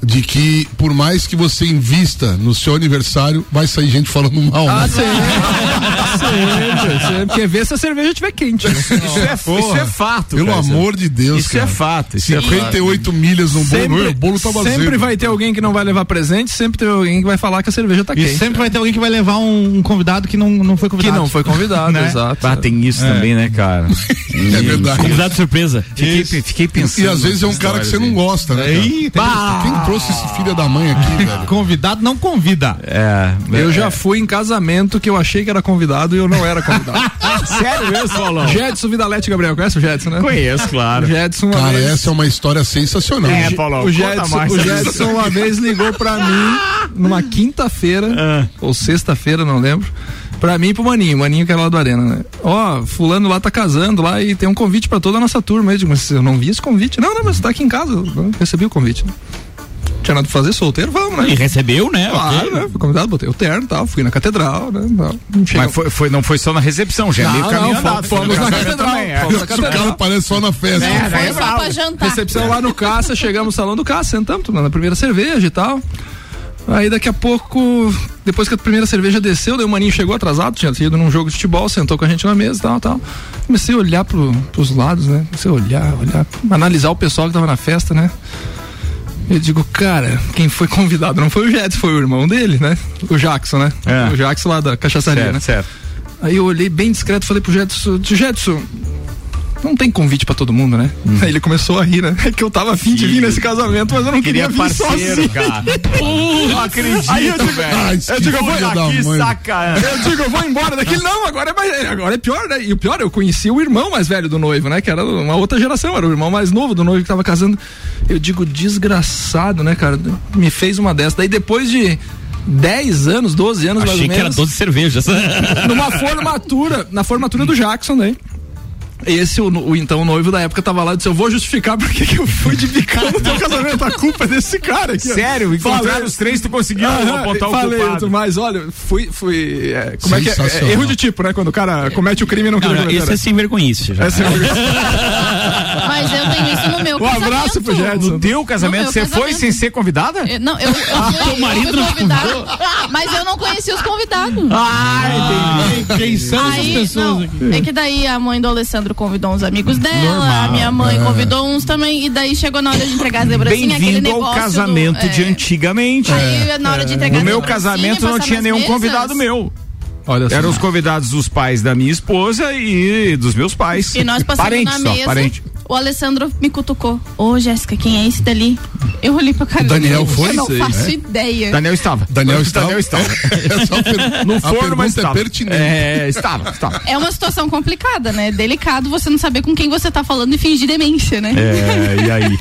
Speaker 10: de que, por mais que você invista no seu aniversário, vai sair gente falando mal.
Speaker 3: (laughs)
Speaker 4: Ah,
Speaker 10: né?
Speaker 4: sempre, sempre. Porque vê se a cerveja estiver quente. né?
Speaker 10: Isso é- isso é fato, Pelo cara. amor de Deus,
Speaker 4: Isso
Speaker 10: cara.
Speaker 4: é fato. isso é fato.
Speaker 10: 58 milhas no bolo. Meu, o bolo tava
Speaker 4: Sempre
Speaker 10: zero.
Speaker 4: vai ter alguém que não vai levar presente, sempre tem alguém que vai falar que a cerveja tá
Speaker 3: E
Speaker 4: quente.
Speaker 3: sempre vai ter alguém que vai levar um, um convidado que não, não foi
Speaker 4: Que
Speaker 3: convidado.
Speaker 4: não
Speaker 7: (laughs)
Speaker 4: foi (laughs) convidado,
Speaker 3: Né?
Speaker 4: exato.
Speaker 1: Ah, tem isso também, né, cara?
Speaker 10: É verdade.
Speaker 7: Convidado surpresa.
Speaker 1: Fiquei, fiquei pensando.
Speaker 10: E às vezes é um cara que você não gosta, né? cara?
Speaker 3: Ih, tem-
Speaker 4: Ah.
Speaker 10: Quem trouxe esse filho da mãe
Speaker 4: (laughs)
Speaker 10: aqui, velho?
Speaker 3: Convidado não convida.
Speaker 1: É.
Speaker 4: Eu já fui em casamento que eu achei que era convidado e eu não
Speaker 10: (laughs)
Speaker 4: era convidado.
Speaker 1: Sério mesmo, Paulão?
Speaker 4: Jedson Vidalete Gabriel, conhece o Jedson, né?
Speaker 1: Conheço, claro.
Speaker 4: O Jedson uma
Speaker 10: Cara,
Speaker 4: vez-
Speaker 10: essa é uma história sensacional.
Speaker 9: É,
Speaker 4: O Je- o Jedson, o Jedson uma vez ligou pra mim
Speaker 7: (laughs)
Speaker 4: numa
Speaker 7: É.
Speaker 4: quinta-feira, ou sexta-feira, não lembro. Pra mim e pro Maninho, Maninho que é lá do Arena, né? Ó, fulano lá tá casando lá e tem um convite pra toda a nossa turma. Eu digo, mas eu não vi esse convite. Não, não, mas tá aqui em casa, eu recebi o convite. Né? Tinha nada pra fazer, solteiro, vamos, né?
Speaker 7: E recebeu, né?
Speaker 4: Claro,
Speaker 7: Ok.
Speaker 4: né? Fui convidado, botei o terno e tal, fui na catedral, né? Tal. Chega-
Speaker 1: Mas foi, foi- não foi só na recepção, já é
Speaker 4: Não,
Speaker 1: meio
Speaker 4: não,
Speaker 1: caminho
Speaker 4: fomos-
Speaker 1: andado, foi no
Speaker 4: fomos na
Speaker 1: casamento
Speaker 4: catedral,
Speaker 1: também, é.
Speaker 4: fomos na
Speaker 10: O cara aparece só na festa.
Speaker 4: É,
Speaker 10: Não
Speaker 4: é
Speaker 10: faz
Speaker 4: bravo.
Speaker 10: nada.
Speaker 4: Recepção lá no caça, chegamos no salão do caça, sentamos, tomando a primeira cerveja e tal. Aí daqui a pouco, depois que a primeira cerveja desceu, daí o maninho chegou atrasado, tinha ido num jogo de futebol, sentou com a gente na mesa e tal, tal. Comecei a olhar pro, pros lados, né? Comecei a olhar, olhar, analisar o pessoal que tava na festa, né? Eu digo, cara, quem foi convidado não foi o Jets, foi o irmão dele, né? O Jackson, né? O Jackson lá da cachaçaria,
Speaker 1: Certo,
Speaker 4: né?
Speaker 1: certo.
Speaker 4: Aí eu olhei bem discreto e falei pro Jetson, Jetson, não tem convite pra todo mundo, né? Aí ele começou a rir, né? (laughs) É que eu tava afim de vir nesse casamento, mas eu não queria,
Speaker 1: Queria
Speaker 4: vir
Speaker 1: parceiro, (laughs)
Speaker 4: sozinho.
Speaker 1: cara. Não acredito,
Speaker 4: Aí eu digo,
Speaker 1: velho.
Speaker 4: Eu digo, eu vou
Speaker 1: Filha da
Speaker 4: aqui,
Speaker 1: mãe.
Speaker 4: sacanagem. Eu digo, eu vou embora daqui. Não, agora é, mais- agora é pior, né? E o pior, eu conheci o irmão mais velho do noivo, né? Que era uma outra geração, era o irmão mais novo do noivo que tava casando. Eu digo, desgraçado, né, cara? Me fez uma dessa. Daí depois de 10 anos, 12 anos mais ou
Speaker 7: Achei
Speaker 4: menos.
Speaker 7: que era 12 (laughs) cervejas.
Speaker 4: Numa formatura, na formatura do Jackson, né? Esse, o, o então noivo da época tava lá e disse, eu vou justificar porque que eu fui de bicão no teu casamento, a culpa é desse cara aqui. ó."
Speaker 9: Sério? Encontraram os três, tu conseguiu
Speaker 4: Aham,
Speaker 9: apontar o
Speaker 4: falei,
Speaker 9: culpado.
Speaker 4: Mas olha, fui, fui, é, como é que é?
Speaker 9: Sensacional.
Speaker 4: É erro de tipo, né? Quando o cara comete o crime e não,
Speaker 7: Não,
Speaker 4: quer
Speaker 7: não, esse é sem vergonhice. Já.
Speaker 4: É sem
Speaker 5: (laughs) Mas eu tenho isso no meu
Speaker 9: Um
Speaker 5: casamento.
Speaker 9: abraço pro Jetson. No teu casamento,
Speaker 5: No meu
Speaker 9: você foi
Speaker 5: casamento.
Speaker 9: sem ser convidada?
Speaker 5: Eu- Não, eu, eu
Speaker 9: (laughs) Ah,
Speaker 5: fui,
Speaker 9: teu marido
Speaker 5: eu fui
Speaker 9: não te
Speaker 5: convidada,
Speaker 9: convidou?
Speaker 5: Mas eu não conheci os convidados.
Speaker 9: Ah, entendi. Quem são essas
Speaker 5: Aí,
Speaker 9: pessoas
Speaker 5: não,
Speaker 9: aqui?
Speaker 5: É que daí a mãe do Alessandro convidou uns amigos dela,
Speaker 9: Normal.
Speaker 5: a minha mãe
Speaker 1: né?
Speaker 9: É.
Speaker 5: convidou uns também, e daí chegou na hora de entregar as lembrancinhas, aquele
Speaker 1: Bem-vindo
Speaker 5: negócio
Speaker 1: ao
Speaker 5: do-
Speaker 1: casamento
Speaker 5: é.
Speaker 1: de antigamente.
Speaker 5: Aí, na hora de entregar
Speaker 1: No
Speaker 5: as
Speaker 1: meu
Speaker 5: lembrancinhas,
Speaker 1: casamento não
Speaker 5: passar
Speaker 1: tinha
Speaker 5: nas
Speaker 1: nenhum
Speaker 5: mesas.
Speaker 1: convidado meu.
Speaker 4: Olha
Speaker 1: Eram os convidados dos pais da minha esposa e dos meus pais.
Speaker 5: E nós passamos
Speaker 1: parente
Speaker 5: na
Speaker 1: só,
Speaker 5: mesa.
Speaker 1: parente.
Speaker 5: O Alessandro me cutucou. Ô, Jéssica, quem é esse dali? Eu olhei pra cara
Speaker 1: O Daniel
Speaker 5: dele,
Speaker 1: foi?
Speaker 5: Eu não
Speaker 1: Sei,
Speaker 5: faço
Speaker 1: né?
Speaker 5: ideia.
Speaker 1: Daniel estava.
Speaker 10: Daniel estava.
Speaker 8: (laughs)
Speaker 1: (laughs)
Speaker 8: É
Speaker 1: No
Speaker 10: a
Speaker 1: forno, mas
Speaker 10: pergunta é
Speaker 1: estava.
Speaker 10: pertinente.
Speaker 1: É, estava, estava.
Speaker 5: É uma situação complicada, né? Delicado você não saber com quem você tá falando e fingir demência, né?
Speaker 1: É, e
Speaker 5: (laughs)
Speaker 1: aí?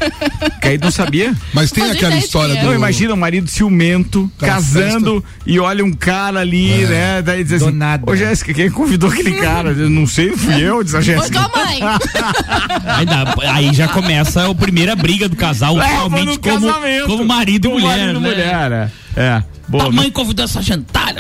Speaker 1: Que aí não sabia?
Speaker 10: Mas
Speaker 5: tem Mas aquela ideia é. história tinha. do-
Speaker 1: Não, imagina o marido ciumento,
Speaker 10: Da
Speaker 1: casando e olha um cara ali, né? Daí diz assim: Ô Jéssica, quem convidou aquele cara? Eu não sei, fui eu, diz a
Speaker 5: Foi
Speaker 1: Jéssica.
Speaker 5: tua mãe.
Speaker 7: Aí, dá- aí já começa a primeira briga do casal,
Speaker 1: Leva
Speaker 7: realmente
Speaker 1: no
Speaker 7: como,
Speaker 1: casamento.
Speaker 7: como marido e
Speaker 1: Como
Speaker 7: mulher.
Speaker 1: marido e
Speaker 7: né?
Speaker 1: mulher, é. É. Boa,
Speaker 7: Tua mãe convidou essa jantar.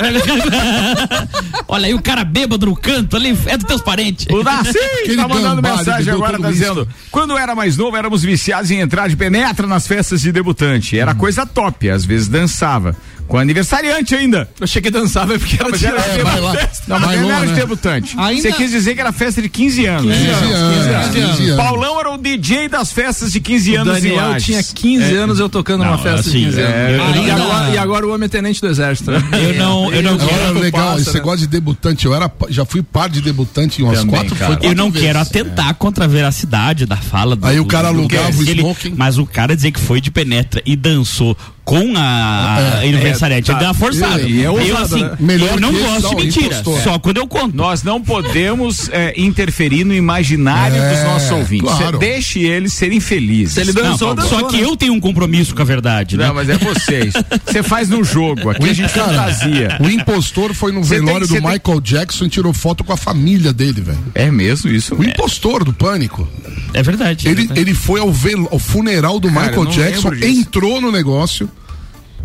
Speaker 7: (laughs) Olha aí o cara bêbado no canto ali, é dos teus parentes.
Speaker 1: O (laughs) Darcy tá mandando mensagem agora, tá dizendo. Quando era mais novo, éramos viciados em entrar de penetra nas festas de debutante.
Speaker 4: Hum.
Speaker 1: Era coisa top, às vezes dançava. Com aniversariante ainda.
Speaker 4: Eu achei que dançava porque era
Speaker 1: mas
Speaker 4: de-
Speaker 1: era
Speaker 4: É,
Speaker 1: de-
Speaker 4: bailou-
Speaker 1: Não, mas
Speaker 4: bailou,
Speaker 1: não era de
Speaker 4: né?
Speaker 1: debutante.
Speaker 4: Ainda-
Speaker 1: Você quis dizer que era festa de 15 anos.
Speaker 4: 15 anos, 15 anos.
Speaker 1: Paulão era o DJ das festas de 15
Speaker 4: O
Speaker 1: anos em
Speaker 4: Daniel
Speaker 1: Lages.
Speaker 4: tinha 15
Speaker 1: É.
Speaker 4: anos eu tocando numa
Speaker 1: Não,
Speaker 4: festa
Speaker 1: assim,
Speaker 4: de 15 anos.
Speaker 1: é,
Speaker 4: Ah, e,
Speaker 1: ainda-
Speaker 4: agora, e agora o homem é tenente do exército. né?
Speaker 9: É,
Speaker 10: Agora,
Speaker 4: Quando
Speaker 10: legal,
Speaker 4: passa,
Speaker 10: esse
Speaker 4: né?
Speaker 10: negócio de debutante, eu era, pa- já fui par de debutante em umas quatro, foi quatro
Speaker 7: Eu não
Speaker 10: vezes. É.
Speaker 7: quero atentar contra a veracidade da fala do
Speaker 10: Aí o cara
Speaker 7: do-
Speaker 10: alugava
Speaker 7: do-
Speaker 10: o
Speaker 7: ele-
Speaker 10: smoking.
Speaker 7: Mas o cara dizer que foi de penetra e dançou com a, a
Speaker 1: É,
Speaker 7: aniversariante,
Speaker 1: é,
Speaker 7: ele deu uma
Speaker 1: tá.
Speaker 7: forçada.
Speaker 1: E é
Speaker 7: eu,
Speaker 1: ousado,
Speaker 7: assim,
Speaker 1: né?
Speaker 7: eu não gosto de mentira. Só quando eu conto.
Speaker 1: Nós não podemos é, interferir no imaginário
Speaker 7: É,
Speaker 1: dos nossos ouvintes.
Speaker 7: claro.
Speaker 1: Cê Deixe eles serem felizes.
Speaker 7: Se ele dançou,
Speaker 1: Não, por
Speaker 7: dançou,
Speaker 1: favor.
Speaker 7: Só que eu tenho um compromisso com a verdade, né?
Speaker 1: né? Não, mas é vocês. Você faz no jogo. Aqui a gente
Speaker 10: Cara,
Speaker 1: fantasia.
Speaker 10: O impostor foi no
Speaker 1: Cê tem-
Speaker 10: velório
Speaker 1: cê
Speaker 10: do
Speaker 1: tem-
Speaker 10: Michael Jackson e tirou foto com a família dele, velho.
Speaker 1: É mesmo isso?
Speaker 10: O impostor do pânico.
Speaker 7: É verdade.
Speaker 10: Ele, ele foi ao, velo- ao funeral do
Speaker 1: Cara, eu
Speaker 10: Michael
Speaker 1: não
Speaker 10: Jackson,
Speaker 1: lembro disso.
Speaker 10: entrou no negócio.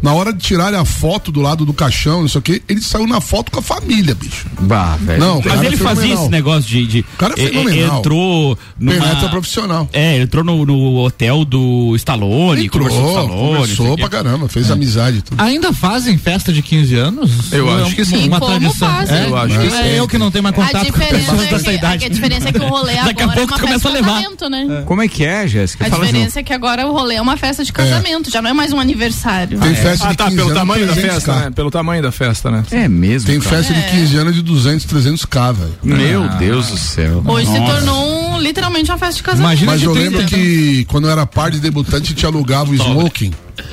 Speaker 10: Na hora de tirar a foto do lado do caixão, não sei o que, ele saiu na foto com a família, bicho.
Speaker 1: Bah,
Speaker 10: (laughs)
Speaker 1: velho.
Speaker 10: Não, é
Speaker 7: mas ele fazia esse negócio de. de
Speaker 10: cara é
Speaker 7: eh, eh,
Speaker 10: fenomenal.
Speaker 7: Entrou numa.
Speaker 10: Penetra profissional.
Speaker 7: É, entrou no, no hotel do Stallone,
Speaker 10: Entrou,
Speaker 7: conversou com o Stallone. não sei o
Speaker 10: conversou
Speaker 7: quê.
Speaker 10: pra caramba, fez amizade e tudo.
Speaker 3: Ainda fazem festa de 15 anos?
Speaker 10: Eu
Speaker 3: É
Speaker 10: acho
Speaker 3: um-
Speaker 10: que sim.
Speaker 3: Uma
Speaker 10: Como
Speaker 3: tradição.
Speaker 10: fazem?
Speaker 3: É,
Speaker 10: Eu acho que
Speaker 3: é
Speaker 10: sim.
Speaker 3: eu que não tenho mais
Speaker 5: A
Speaker 3: contato com
Speaker 5: diferença,
Speaker 3: pessoas
Speaker 5: é que,
Speaker 3: dessa
Speaker 5: é que
Speaker 3: idade.
Speaker 5: a diferença é que o rolê
Speaker 7: Daqui a
Speaker 5: agora
Speaker 7: pouco
Speaker 5: é
Speaker 7: tu
Speaker 5: uma
Speaker 7: começa
Speaker 5: festa
Speaker 7: a
Speaker 5: de
Speaker 7: levar.
Speaker 5: casamento, né?
Speaker 1: Como é que é, Jéssica?
Speaker 5: A
Speaker 9: assim,
Speaker 1: Fala de novo.
Speaker 5: diferença é que agora o rolê é uma festa de casamento, já não é mais um aniversário.
Speaker 10: Tem festa
Speaker 4: Ah,
Speaker 10: de
Speaker 4: tá,
Speaker 10: 15
Speaker 4: pelo
Speaker 10: anos,
Speaker 4: tamanho da
Speaker 10: 300
Speaker 4: festa,
Speaker 10: K.
Speaker 4: né? Pelo tamanho da festa, né?
Speaker 1: É mesmo.
Speaker 10: Tem
Speaker 4: cara.
Speaker 10: festa de 15 anos de 200, 300 k, velho.
Speaker 1: Meu
Speaker 7: Ah.
Speaker 1: Deus do céu.
Speaker 5: Hoje se tornou um- literalmente uma festa de casamento.
Speaker 10: Imagina Mas eu lembro que quando eu era par de debutante, te alugava o smoking.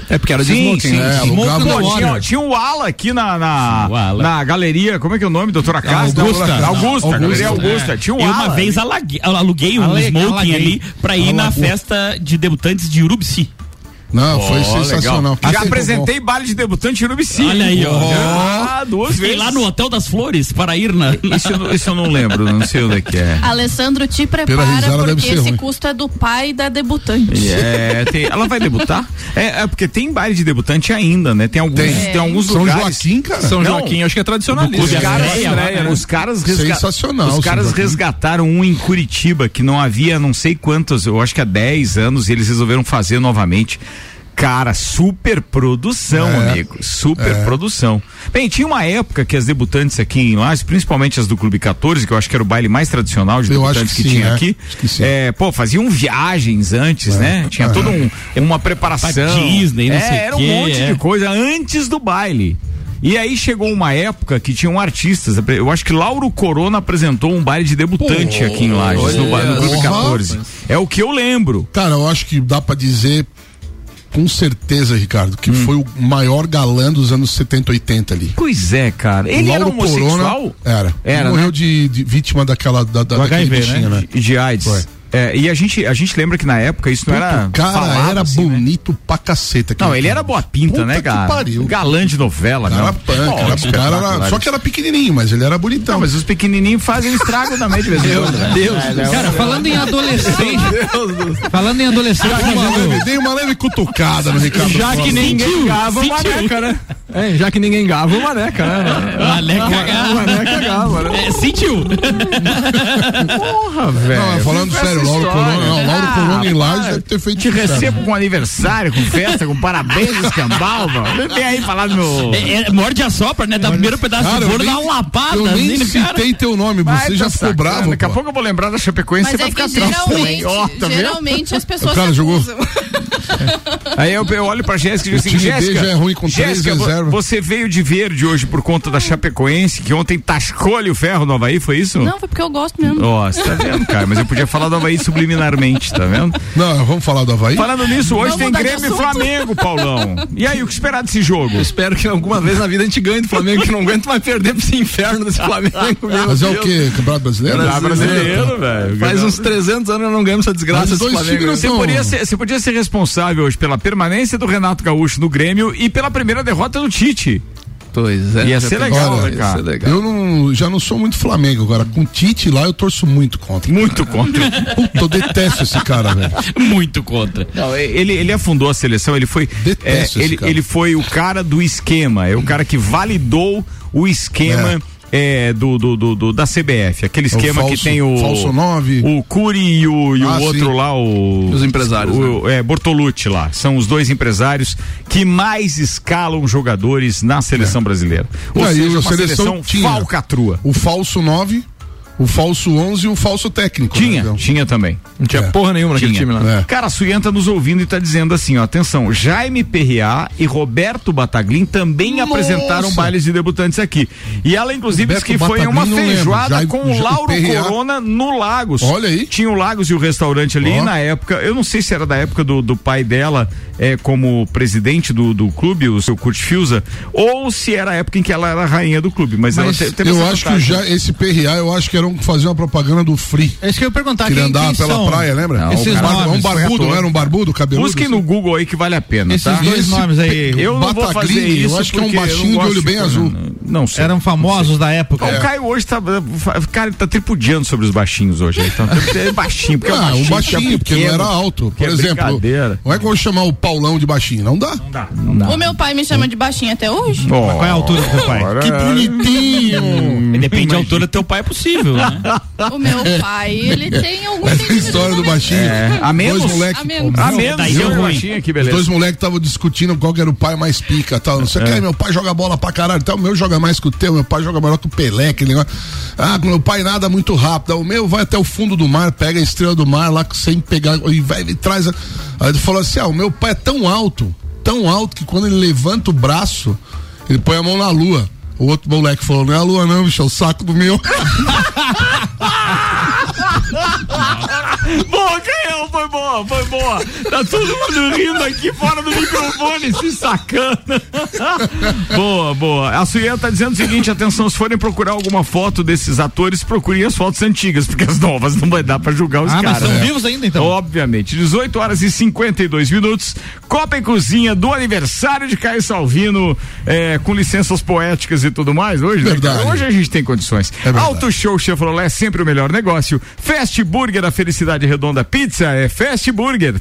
Speaker 4: É porque era
Speaker 10: de smoking, né? Alugava
Speaker 1: Pô,
Speaker 10: o
Speaker 1: tinha,
Speaker 10: smoking.
Speaker 1: tinha um ala aqui na, na,
Speaker 7: um
Speaker 1: na galeria. Como é que é o nome, doutora
Speaker 7: Augusta.
Speaker 1: Cássia? Augusta, Augusta, galeria Augusta. Tinha um
Speaker 7: Eu
Speaker 1: ala.
Speaker 7: uma vez alague- aluguei um
Speaker 1: Alague-
Speaker 7: smoking
Speaker 1: alaguei.
Speaker 7: ali pra ir na
Speaker 1: Alagou.
Speaker 7: festa de debutantes de Urubici.
Speaker 10: Não, foi
Speaker 1: Ó,
Speaker 10: sensacional. Tá
Speaker 1: legal.
Speaker 10: Que
Speaker 1: Já
Speaker 10: tempo
Speaker 1: apresentei baile de debutante em Urubici.
Speaker 7: Olha aí, ó.
Speaker 1: Ah, duas
Speaker 7: Fiquei
Speaker 1: vezes.
Speaker 7: lá no Hotel das Flores para ir na.
Speaker 1: Isso, eu- isso eu
Speaker 7: (laughs)
Speaker 1: não lembro, não sei onde é que é.
Speaker 5: Alessandro, te
Speaker 1: risada
Speaker 5: prepara
Speaker 1: deve
Speaker 5: porque
Speaker 1: ser
Speaker 5: esse
Speaker 1: ruim.
Speaker 5: custo é do pai da debutante.
Speaker 1: É, tem- ela vai debutar? É, é, porque tem baile de debutante ainda, né? Tem alguns, tem.
Speaker 10: Tem.
Speaker 1: alguns
Speaker 10: São
Speaker 1: lugares.
Speaker 10: Joaquim, cara.
Speaker 4: São
Speaker 1: Não,
Speaker 4: Joaquim, acho que é tradicionalista.
Speaker 1: Os caras,
Speaker 4: Estreia, né?
Speaker 1: os caras, resga-
Speaker 10: Sensacional,
Speaker 1: os
Speaker 10: São
Speaker 1: caras
Speaker 10: Joaquim.
Speaker 1: resgataram um em Curitiba que não havia não sei quantos, eu acho que há 10 anos, e eles resolveram fazer novamente. Cara, super produção,
Speaker 10: É.
Speaker 1: amigo. Super
Speaker 10: É.
Speaker 1: produção. Bem, tinha uma época que as debutantes aqui em Lages, principalmente as do Clube 14, que eu acho que era o baile mais tradicional de
Speaker 10: Eu acho
Speaker 1: debutantes
Speaker 10: que
Speaker 1: que,
Speaker 10: sim,
Speaker 1: tinha
Speaker 10: né?
Speaker 1: aqui.
Speaker 10: Acho que sim.
Speaker 1: É, pô, faziam viagens antes, né? Tinha
Speaker 10: É.
Speaker 1: toda uma preparação.
Speaker 7: Pra Disney, não
Speaker 1: é,
Speaker 7: sei
Speaker 1: era
Speaker 7: quê,
Speaker 1: um monte
Speaker 7: é.
Speaker 1: de coisa antes do baile. E aí chegou uma época que tinham artistas. Eu acho que Lauro Corona apresentou um baile de debutante
Speaker 10: Pô,
Speaker 1: aqui em Lages, no, ba- no Clube
Speaker 10: olha.
Speaker 1: 14. É o que eu lembro.
Speaker 10: Cara, eu acho que dá pra dizer com certeza, Ricardo, que foi o maior galã dos anos 70, 80 ali.
Speaker 1: Pois é, cara. Ele era homossexual?
Speaker 10: Era.
Speaker 1: Era, né?
Speaker 10: Morreu de, de vítima daquela da, da,
Speaker 1: Do
Speaker 10: daquele
Speaker 1: HIV,
Speaker 10: bichinho,
Speaker 1: né?
Speaker 10: né?
Speaker 1: De- de AIDS.
Speaker 10: Foi.
Speaker 1: É, e a gente, a gente lembra que na época isso não
Speaker 10: Puta,
Speaker 1: era.
Speaker 10: o cara
Speaker 1: falado,
Speaker 10: era
Speaker 1: assim, né?
Speaker 10: bonito pra caceta. aquele
Speaker 1: Não, ele
Speaker 10: cara.
Speaker 1: era boa pinta,
Speaker 10: Puta
Speaker 1: né,
Speaker 10: que
Speaker 1: cara?
Speaker 10: pariu.
Speaker 1: Galã de novela,
Speaker 10: Cara
Speaker 1: não.
Speaker 10: punk,
Speaker 1: Pô,
Speaker 10: era-
Speaker 1: que
Speaker 10: o cara era-
Speaker 1: espetacular
Speaker 10: só
Speaker 1: isso.
Speaker 10: que era pequenininho, mas ele era bonitão.
Speaker 1: mas os pequenininhos fazem estrago também de vez em quando. né?
Speaker 3: Cara, Tá falando em adolescente. falando em adolescente.
Speaker 10: Dei uma leve- Dei uma leve cutucada no Ricardo.
Speaker 4: Já que
Speaker 10: Costa.
Speaker 4: ninguém gava, o maneca, né? É, já que ninguém gava, o maneca, né?
Speaker 7: Maneca
Speaker 4: O maneca gava,
Speaker 1: É,
Speaker 4: né?
Speaker 7: sentiu.
Speaker 1: Porra, velho.
Speaker 10: Não, mas falando
Speaker 1: Essa
Speaker 10: sério, Lauro
Speaker 1: história.
Speaker 10: Corona, não, Lauro Corona em Lages
Speaker 1: para.
Speaker 10: deve ter feito
Speaker 1: Te
Speaker 10: sucesso.
Speaker 1: recebo com aniversário, com festa, com parabéns, escambau, mano. Vem aí falar do meu.
Speaker 7: É, é, morde a sopra, né? Dá primeiro pedaço
Speaker 10: Cara,
Speaker 7: de
Speaker 10: eu
Speaker 7: forno, dá
Speaker 10: nem-
Speaker 7: uma lapada.
Speaker 10: eu nem
Speaker 7: assim, no cara.
Speaker 10: citei teu nome,
Speaker 7: Vai
Speaker 10: você já
Speaker 7: tá
Speaker 10: ficou
Speaker 7: sacana,
Speaker 10: bravo.
Speaker 1: né? Daqui a
Speaker 10: pô.
Speaker 1: pouco eu vou lembrar da Chapecoense e
Speaker 5: Mas
Speaker 1: você vai
Speaker 5: é que
Speaker 1: ficar triste.
Speaker 5: geralmente,
Speaker 1: Ó, tá vendo?
Speaker 5: geralmente as pessoas
Speaker 10: cara
Speaker 5: se
Speaker 10: jogou.
Speaker 5: acusam.
Speaker 1: Aí eu, eu olho pra Jéssica e digo
Speaker 10: O
Speaker 1: assim:
Speaker 10: time B
Speaker 1: Jéssica,
Speaker 10: já é ruim com três
Speaker 1: Jéssica, vo-
Speaker 10: reserva."
Speaker 1: você veio de verde hoje por conta da Chapecoense, que ontem tascou-lhe o ferro no Havaí, foi isso?
Speaker 5: Não, foi porque eu gosto mesmo.
Speaker 1: Ó, você tá vendo, cara? Mas eu podia falar do Havaí subliminarmente, tá vendo?
Speaker 10: Não, vamos falar do Havaí?
Speaker 1: Falando nisso, hoje
Speaker 5: Vamos
Speaker 1: tem
Speaker 5: mudar de
Speaker 1: Grêmio e
Speaker 5: assunto.
Speaker 1: Flamengo,
Speaker 4: (laughs)
Speaker 1: Paulão. E aí, o que esperar desse jogo?
Speaker 4: Eu espero que alguma vez na vida a gente ganhe do Flamengo, que não aguento mais perder pra esse inferno desse Flamengo. meu
Speaker 10: Mas é o
Speaker 4: Deus.
Speaker 10: quê? Campeonato Brasileiro?
Speaker 4: Campeonato
Speaker 1: Brasileiro, velho.
Speaker 4: Faz uns 300 anos eu não ganho essa desgraça
Speaker 10: Mas
Speaker 4: desse
Speaker 10: dois
Speaker 4: Flamengo.
Speaker 10: times
Speaker 4: né?
Speaker 1: Você podia, ser, você podia ser responsável hoje pela permanência do Renato Gaúcho no Grêmio e pela primeira derrota do Tite.
Speaker 4: Pois é.
Speaker 1: Ia
Speaker 4: já
Speaker 1: ser
Speaker 4: tem-
Speaker 1: legal,
Speaker 4: Olha,
Speaker 1: né,
Speaker 4: ia
Speaker 1: cara?
Speaker 4: ser legal.
Speaker 10: Eu não, já não sou muito Flamengo agora. Com Tite lá eu torço muito contra.
Speaker 1: Muito contra.
Speaker 10: Puta, eu detesto esse cara,
Speaker 4: (laughs)
Speaker 10: velho.
Speaker 7: Muito contra.
Speaker 1: Não, ele, ele afundou a seleção, ele foi.
Speaker 10: Detesto esse
Speaker 1: é, ele,
Speaker 10: cara.
Speaker 1: ele foi o cara do esquema, é o cara que validou o esquema. é, do, do, do- do- da CBF, aquele
Speaker 10: É o
Speaker 1: esquema
Speaker 10: falso-
Speaker 1: que tem o.
Speaker 10: falso nove.
Speaker 1: O Curi e o, e o
Speaker 10: Ah, sim.
Speaker 1: outro lá, o.
Speaker 4: Os empresários, né?
Speaker 1: o- é, Bortolucci lá. São os dois empresários que mais escalam jogadores na seleção brasileira. Ou
Speaker 10: É. Não, e
Speaker 1: seja,
Speaker 10: a
Speaker 1: uma
Speaker 10: seleção
Speaker 1: seleção
Speaker 10: tinha.
Speaker 1: falcatrua.
Speaker 10: O falso 9, o falso 11 e o falso técnico. né,
Speaker 1: Tinha,
Speaker 10: então?
Speaker 1: tinha também.
Speaker 4: Não tinha
Speaker 10: É.
Speaker 4: porra nenhuma naquele
Speaker 1: Tinha.
Speaker 4: time lá.
Speaker 10: É.
Speaker 1: Cara, a Suian tá nos ouvindo e tá dizendo assim, ó, atenção, Jaime Perriá e Roberto Bataglin também
Speaker 10: Nossa!
Speaker 1: apresentaram bailes de debutantes aqui. E ela, inclusive, disse
Speaker 10: Roberto
Speaker 1: que foi
Speaker 10: Bataglin,
Speaker 1: uma
Speaker 10: não lembro.
Speaker 1: feijoada
Speaker 10: Jaime-
Speaker 1: com o
Speaker 10: Ja-
Speaker 1: Lauro
Speaker 10: Perriá.
Speaker 1: Corona no Lagos.
Speaker 10: Olha aí.
Speaker 1: Tinha o Lagos e o restaurante ali,
Speaker 10: Ó.
Speaker 1: e na época, eu não sei se era da época do, do pai dela, é, como presidente do, do clube, o seu Kurt Fiuza, ou se era a época em que ela era a rainha do clube, mas, ela
Speaker 3: Mas
Speaker 1: te- teve
Speaker 10: Eu
Speaker 1: essa
Speaker 10: acho que
Speaker 1: vantagem.
Speaker 10: já esse PRA, eu acho que era um que fazia uma propaganda do Free.
Speaker 3: É isso que eu ia perguntar.
Speaker 10: Que ele
Speaker 3: quem,
Speaker 10: andava
Speaker 3: quem
Speaker 10: pela
Speaker 3: são
Speaker 10: praia, lembra?
Speaker 1: Não,
Speaker 3: Esses
Speaker 10: Um
Speaker 1: cara,
Speaker 10: bar-
Speaker 3: nomes.
Speaker 10: um barbudo, não era um barbudo, cabeludo?
Speaker 1: Busquem
Speaker 10: assim?
Speaker 1: no Google aí que vale a pena,
Speaker 3: Esses
Speaker 1: tá?
Speaker 3: dois
Speaker 10: Esse
Speaker 3: nomes aí.
Speaker 1: Eu não vou
Speaker 10: Bataglia,
Speaker 1: fazer isso.
Speaker 10: eu acho que é um
Speaker 1: porque eu
Speaker 10: baixinho
Speaker 1: não
Speaker 10: de
Speaker 1: gosto
Speaker 10: olho bem
Speaker 1: Fernando.
Speaker 10: azul.
Speaker 1: Não sei.
Speaker 3: Eram famosos da época.
Speaker 1: Bom,
Speaker 10: É.
Speaker 1: O Caio hoje tá. Cara, ele tá tripudiando sobre os baixinhos hoje. aí, Então, é baixinho, porque é
Speaker 10: Ah,
Speaker 1: baixinho.
Speaker 10: o baixinho,
Speaker 1: que
Speaker 10: porque
Speaker 1: é
Speaker 10: não
Speaker 1: pequeno,
Speaker 10: era alto.
Speaker 1: que
Speaker 10: Por
Speaker 1: é
Speaker 10: exemplo, (laughs)
Speaker 1: brincadeira.
Speaker 10: não é como chamar o Paulão de baixinho, não dá?
Speaker 5: (laughs) O meu pai me chama de baixinho até hoje.
Speaker 1: Ó,
Speaker 3: Qual é a altura do teu pai?
Speaker 10: Que bonitinho!
Speaker 7: Depende
Speaker 1: Hum.
Speaker 7: da altura do teu pai, é possível, né?
Speaker 5: (laughs) O meu pai, ele
Speaker 10: (laughs)
Speaker 5: tem alguns
Speaker 10: Essa
Speaker 5: centímetros
Speaker 10: história do
Speaker 5: a menos.
Speaker 10: baixinho.
Speaker 1: É, a menos?
Speaker 10: Dois moleque,
Speaker 5: A menos.
Speaker 1: A
Speaker 5: Não,
Speaker 1: menos,
Speaker 7: daí
Speaker 1: eu
Speaker 7: é ruim.
Speaker 1: baixinho aqui,
Speaker 10: Os
Speaker 1: beleza.
Speaker 10: dois moleques estavam discutindo qual que era o pai mais pica tal. Não sei o que, meu pai joga bola pra caralho. Tal. O meu joga mais que o teu, meu pai joga melhor que o Pelé, aquele negócio. Ah, meu pai nada muito rápido. Ah, O meu vai até o fundo do mar, pega a estrela do mar lá sem pegar e vai e traz. a- Aí ele falou assim: ah, o meu pai é tão alto, tão alto que quando ele levanta o braço, ele põe a mão na lua. O outro moleque falou: não é a lua não, bicho, é o saco do meu.
Speaker 1: Boa, Caio, foi boa, foi boa. Tá todo mundo rindo aqui fora do microfone, se sacana. boa, boa. A Suian tá dizendo o seguinte: atenção, se forem procurar alguma foto desses atores, procurem as fotos antigas, porque (laughs) as novas não vai dar pra julgar os
Speaker 3: Ah, mas
Speaker 1: caras.
Speaker 3: são
Speaker 1: né?
Speaker 3: vivos ainda, então?
Speaker 1: Obviamente. 18 horas e 52 minutos. Copa e Cozinha do aniversário de Caio Salvino, eh, com licenças poéticas e tudo mais. Hoje, né,
Speaker 10: Verdade.
Speaker 1: cara? Hoje a gente tem condições.
Speaker 10: É verdade.
Speaker 1: Auto Show Chevrolet, sempre o melhor negócio. Fast Burger, a felicidade redonda pizza é Fast Burger,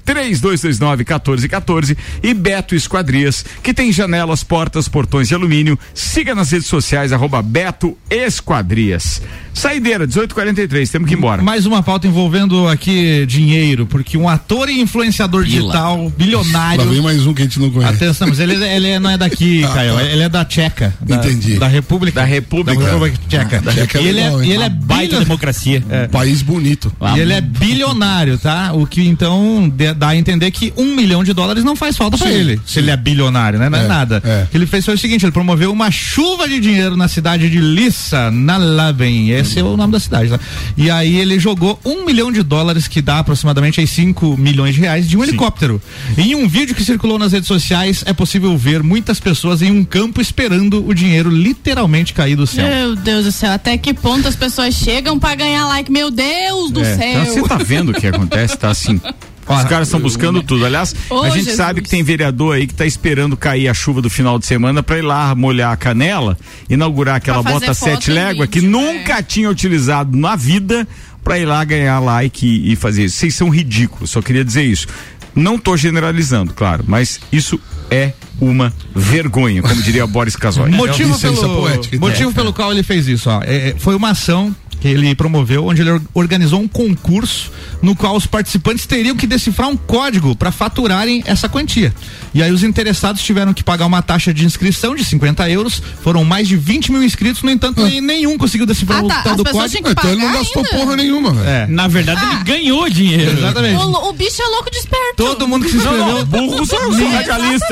Speaker 1: 3229-1414. E Beto Esquadrias, que tem janelas, portas, portões de alumínio. Siga nas redes sociais, arroba Beto Esquadrias. Saideira, 18h43, temos que ir embora.
Speaker 3: Mais uma pauta envolvendo aqui dinheiro, porque um ator e influenciador digital,
Speaker 10: Lá vem
Speaker 3: bilionário.
Speaker 10: mais um que a gente não conhece.
Speaker 3: Atenção, mas ele, ele é- não é daqui,
Speaker 10: Ah,
Speaker 3: Caio.
Speaker 10: tá.
Speaker 3: Ele é da Tcheca. Da,
Speaker 10: Entendi.
Speaker 3: Da República.
Speaker 1: Da República.
Speaker 3: Tcheca.
Speaker 10: Da Tcheca é
Speaker 3: e ele é,
Speaker 10: legal, hein?
Speaker 3: e ele é
Speaker 10: Uma
Speaker 7: Baita
Speaker 3: bilio-
Speaker 7: democracia.
Speaker 10: País bonito.
Speaker 7: Lá
Speaker 3: E ele é bilionário, tá? O que então de- dá a entender que um milhão de dólares não faz falta pra
Speaker 10: Sim,
Speaker 3: ele. Se ele é bilionário, né? Não é,
Speaker 10: É,
Speaker 3: nada.
Speaker 10: é.
Speaker 3: O que ele fez foi o seguinte: ele promoveu uma chuva de dinheiro na cidade de Lissa, na Laben. Esse é o nome da cidade, tá? E aí ele jogou um milhão de dólares, que dá aproximadamente aí 5 milhões de reais, de um helicóptero. Em um vídeo que circulou nas redes sociais, é possível ver muitas pessoas em um campo esperando o dinheiro literalmente cair do céu.
Speaker 5: Meu Deus do céu, até que ponto as pessoas chegam pra ganhar like? Meu Deus do
Speaker 1: É,
Speaker 5: céu.
Speaker 1: então você tá vendo o que acontece, tá assim. (laughs) Os caras estão buscando tudo. Aliás,
Speaker 9: Ô,
Speaker 1: a gente
Speaker 9: Oh, Jesus.
Speaker 1: sabe que tem vereador aí que tá esperando cair a chuva do final de semana pra ir lá molhar a canela, inaugurar aquela
Speaker 9: Pra fazer
Speaker 1: bota
Speaker 9: foto é.
Speaker 1: sete
Speaker 9: e
Speaker 1: légua que nunca tinha utilizado na vida pra ir lá ganhar like e, e fazer isso. Vocês são ridículos, só queria dizer isso. Não tô generalizando, claro, mas isso é uma vergonha, como diria Boris Casoy. É
Speaker 3: Motivo, pelo,
Speaker 1: né?
Speaker 3: motivo pelo qual ele fez isso, ó. É, é, foi uma ação que ele promoveu, onde ele or- organizou um concurso no qual os participantes teriam que decifrar um código para faturarem essa quantia. E aí os interessados tiveram que pagar uma taxa de inscrição de 50 euros. Foram mais de 20 mil inscritos, no entanto, nem- nenhum conseguiu decifrar
Speaker 5: Ah,
Speaker 3: o
Speaker 5: tá,
Speaker 3: tal
Speaker 5: as
Speaker 3: do
Speaker 5: pessoas
Speaker 3: código.
Speaker 5: tinham que Então ele não pagar gastou ainda? Ah. porra
Speaker 10: nenhuma, velho.
Speaker 7: Na verdade, ele ganhou dinheiro.
Speaker 3: Exatamente.
Speaker 5: O, lo- o bicho é louco desperto.
Speaker 3: Todo mundo que se inscreveu.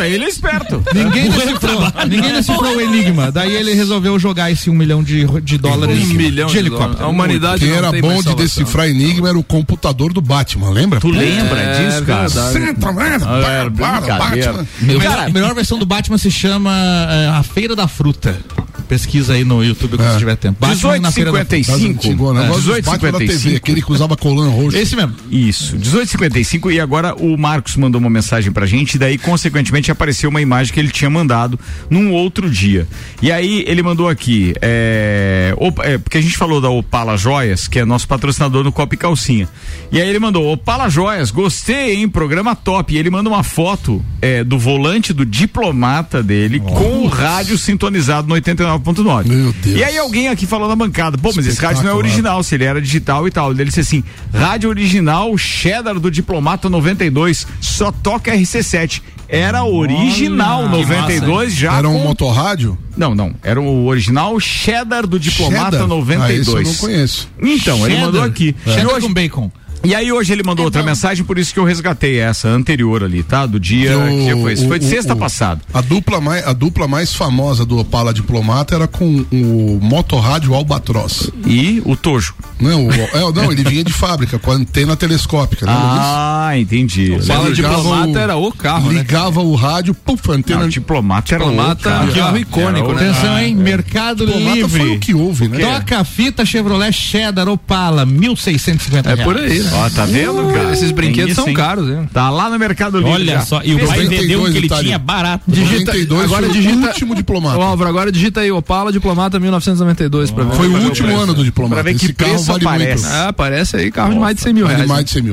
Speaker 1: ele é esperto.
Speaker 3: Ninguém
Speaker 9: Burro é
Speaker 3: decifrou,
Speaker 9: trabalho.
Speaker 3: ninguém decifrou o enigma. Daí ele resolveu jogar esse um milhão de, ro-
Speaker 10: (laughs)
Speaker 3: de dólares
Speaker 10: Um milhão
Speaker 3: de,
Speaker 10: de
Speaker 3: helicóptero.
Speaker 10: dólares. Quem era bom de decifrar enigma era o computador do Batman, lembra? É,
Speaker 3: Tu lembra É disso, cara? verdade.
Speaker 10: Senta,
Speaker 1: É,
Speaker 10: merda.
Speaker 3: Ah,
Speaker 10: Para, para,
Speaker 3: brincadeira.
Speaker 10: Batman.
Speaker 3: Meu- a melhor versão do Batman se chama é, A Feira da Fruta. Pesquisa aí no YouTube quando tiver tempo. Batman na Feira da Fruta.
Speaker 10: Né?
Speaker 3: É.
Speaker 10: Agora os Batman da TV, aquele que usava colã roxo.
Speaker 3: Esse mesmo.
Speaker 1: Isso, 1855. E agora o Marcos mandou uma mensagem pra gente, e daí, consequentemente, apareceu uma imagem que ele tinha mandado num outro dia. E aí ele mandou aqui, é, Opa- é, porque a gente falou da Opala Joias, que é nosso patrocinador no Copa e Calcinha. E aí ele mandou: Opala Joias, gostei, hein? Programa top. E ele manda uma foto é, do volante do diplomata dele com o rádio sintonizado no 89.9. Meu Deus. E aí alguém aqui falou na bancada: pô, mas esse rádio não é original original, se ele era digital e tal. Ele disse assim: rádio original, cheddar do Diplomata 92, só toca RC7. Era original
Speaker 10: Olha, Ah, que
Speaker 1: 92
Speaker 10: massa, hein?
Speaker 1: já.
Speaker 10: Era um
Speaker 1: motorrádio? Não, não. Era o original cheddar do Diplomata
Speaker 10: Cheddar?
Speaker 1: 92.
Speaker 10: Ah, esse eu não conheço.
Speaker 1: Então, ele
Speaker 10: Cheddar?
Speaker 1: mandou aqui.
Speaker 10: É. Cheddar É
Speaker 1: hoje-
Speaker 3: com bacon.
Speaker 1: E aí hoje ele mandou outra mensagem, por isso que eu resgatei essa anterior ali, tá? Do dia que dia foi esse. Foi de sexta passada.
Speaker 10: A dupla, mais, a dupla mais famosa do Opala Diplomata era com o motorrádio Albatroz.
Speaker 1: E o Tojo.
Speaker 10: Não, o- é, não, ele vinha de fábrica, com a antena telescópica. lembra disso?
Speaker 1: Ah, entendi.
Speaker 10: Você
Speaker 1: Fala
Speaker 10: ligava
Speaker 1: diplomata
Speaker 10: o-
Speaker 1: era o carro, né?
Speaker 10: Ligava o rádio, puf, antena.
Speaker 1: Não, diplomata era o
Speaker 10: Diplomata,
Speaker 1: carro.
Speaker 10: que é um icônico, né?
Speaker 3: Atenção, hein?
Speaker 10: Ah, é.
Speaker 3: Mercado
Speaker 10: Diplomata
Speaker 3: Livre.
Speaker 10: foi o que houve, né?
Speaker 3: Toca fita Chevrolet Cheddar Opala, 1.650 reais.
Speaker 1: Ó, tá vendo, cara?
Speaker 3: Esses brinquedos são
Speaker 4: caros, né?
Speaker 1: Tá lá no Mercado Livre.
Speaker 4: Olha
Speaker 1: já.
Speaker 4: só, e o pai vendeu o que ele tinha barato.
Speaker 10: Digita- agora digita-
Speaker 4: diplomata. Ó, Álvaro, agora digita aí Opala Diplomata 1992 pra ver.
Speaker 10: Foi o
Speaker 4: Pra ver
Speaker 10: último
Speaker 4: preço.
Speaker 10: ano do diplomata.
Speaker 4: Pra ver que
Speaker 10: Esse carro
Speaker 4: preço
Speaker 10: vale
Speaker 4: aparece.
Speaker 10: muito.
Speaker 4: Ah, aparece aí carro de mais de 100 mil reais. né?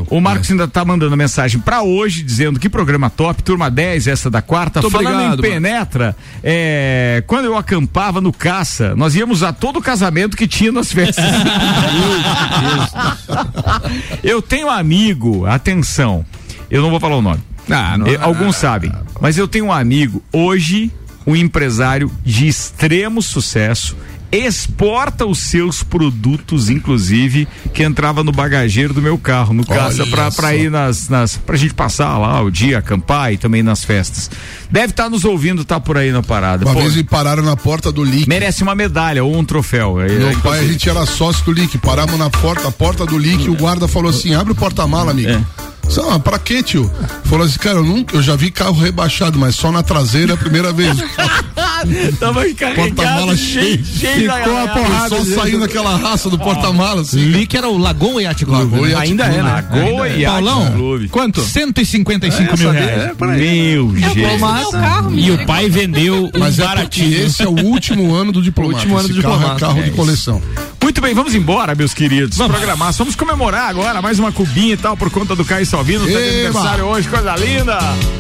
Speaker 1: O
Speaker 10: É.
Speaker 1: Marcos ainda tá mandando mensagem pra hoje, dizendo que programa top, turma 10, essa da quarta.
Speaker 4: Muito
Speaker 1: Falando
Speaker 4: obrigado,
Speaker 1: em
Speaker 4: Marcos.
Speaker 1: penetra, é, quando eu acampava no caça, nós íamos a todo casamento que tinha nas
Speaker 4: (laughs)
Speaker 1: festas. eu tenho um amigo, atenção, eu não vou falar o nome.
Speaker 10: Ah,
Speaker 1: Eu- Alguns sabem, mas eu tenho um amigo, hoje, um empresário de extremo sucesso, exporta os seus produtos, inclusive, que entrava no bagageiro do meu carro, no caça,
Speaker 9: Olha
Speaker 1: pra, pra
Speaker 9: só.
Speaker 1: ir nas, nas. pra gente passar lá o dia, acampar e também nas festas. Deve estar nos ouvindo, tá por aí na parada.
Speaker 10: Uma
Speaker 1: Pô,
Speaker 10: vez me pararam na porta do Lick.
Speaker 1: Merece uma medalha ou um troféu. É,
Speaker 10: Meu
Speaker 1: é,
Speaker 10: pai, a
Speaker 1: inclusive.
Speaker 10: gente era sócio do Lick, paramos na porta, a porta do Lick, e o guarda falou assim: abre o porta-mala, amigo.
Speaker 1: É.
Speaker 10: Só, "Ah, pra quê, tio? Falou assim, cara, eu, nunca, eu já vi carro rebaixado, mas só na traseira é a primeira vez.
Speaker 1: (laughs) Tava encarregado,
Speaker 10: Porta-mala cheio,
Speaker 1: cheio- cheio da
Speaker 10: Ficou a
Speaker 1: galera.
Speaker 10: porrada. Só
Speaker 1: Gente.
Speaker 10: saiu daquela raça do porta-mala, assim.
Speaker 3: Lick era o Lagoa Yacht Club.
Speaker 10: Lagoa Yacht Ainda Club, é, né? Lagoa Yacht
Speaker 3: Paulão,
Speaker 1: Club.
Speaker 3: quanto? é 155 mil reais.
Speaker 1: Meu
Speaker 3: né? Diplomata.
Speaker 7: E o pai vendeu um
Speaker 10: Mas é porque
Speaker 7: baratinho.
Speaker 10: esse é o último ano do diplomata.
Speaker 1: Último ano
Speaker 10: Esse
Speaker 1: do
Speaker 10: carro
Speaker 1: diplomata.
Speaker 10: É carro
Speaker 1: É
Speaker 10: de
Speaker 1: isso.
Speaker 10: coleção.
Speaker 1: Muito bem, vamos embora, meus queridos. Vamos. Programar, vamos comemorar agora mais uma cubinha e tal por conta do Caio Salvino. Tá de
Speaker 9: Eba!
Speaker 1: aniversário hoje, coisa linda.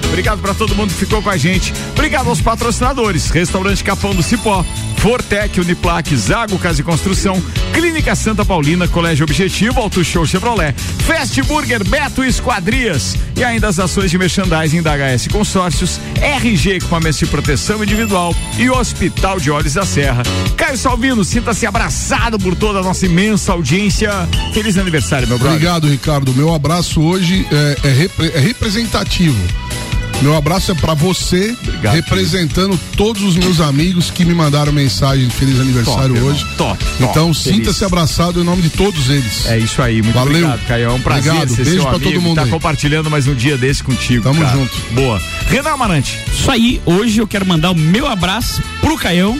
Speaker 1: Obrigado pra todo mundo que ficou com a gente. Obrigado aos patrocinadores: Restaurante Capão do Cipó, Fortec, Uniplac, Zago Casa e Construção, Clínica Santa Paulina, Colégio Objetivo, Auto Show Chevrolet, Fast Burger, Beto e Esquadrias e ainda as ações de merchandising da HS Consórcios, RG Equipamentos de Proteção Individual e Hospital de Olhos da Serra. Caio Salvino, sinta-se abraçado por toda a nossa imensa audiência. Feliz aniversário, meu brother.
Speaker 10: Obrigado, Ricardo. Meu abraço hoje é, é repre- é representativo. Meu abraço é pra você, representando todos os meus amigos que me mandaram mensagem de feliz aniversário
Speaker 1: irmão.
Speaker 10: hoje.
Speaker 1: Top, top.
Speaker 10: Então
Speaker 1: Feliz.
Speaker 10: sinta-se abraçado em nome de todos eles.
Speaker 1: É isso aí, muito
Speaker 10: Valeu.
Speaker 1: obrigado, Caio. É um prazer
Speaker 10: Obrigado.
Speaker 1: ser
Speaker 10: Beijo
Speaker 1: seu
Speaker 10: pra
Speaker 1: amigo.
Speaker 10: todo mundo
Speaker 1: tá
Speaker 10: aí.
Speaker 1: compartilhando mais um dia desse contigo. Tamo
Speaker 10: junto.
Speaker 1: Boa. Renan Amarante.
Speaker 7: Isso aí, hoje eu quero mandar o meu abraço pro Caião,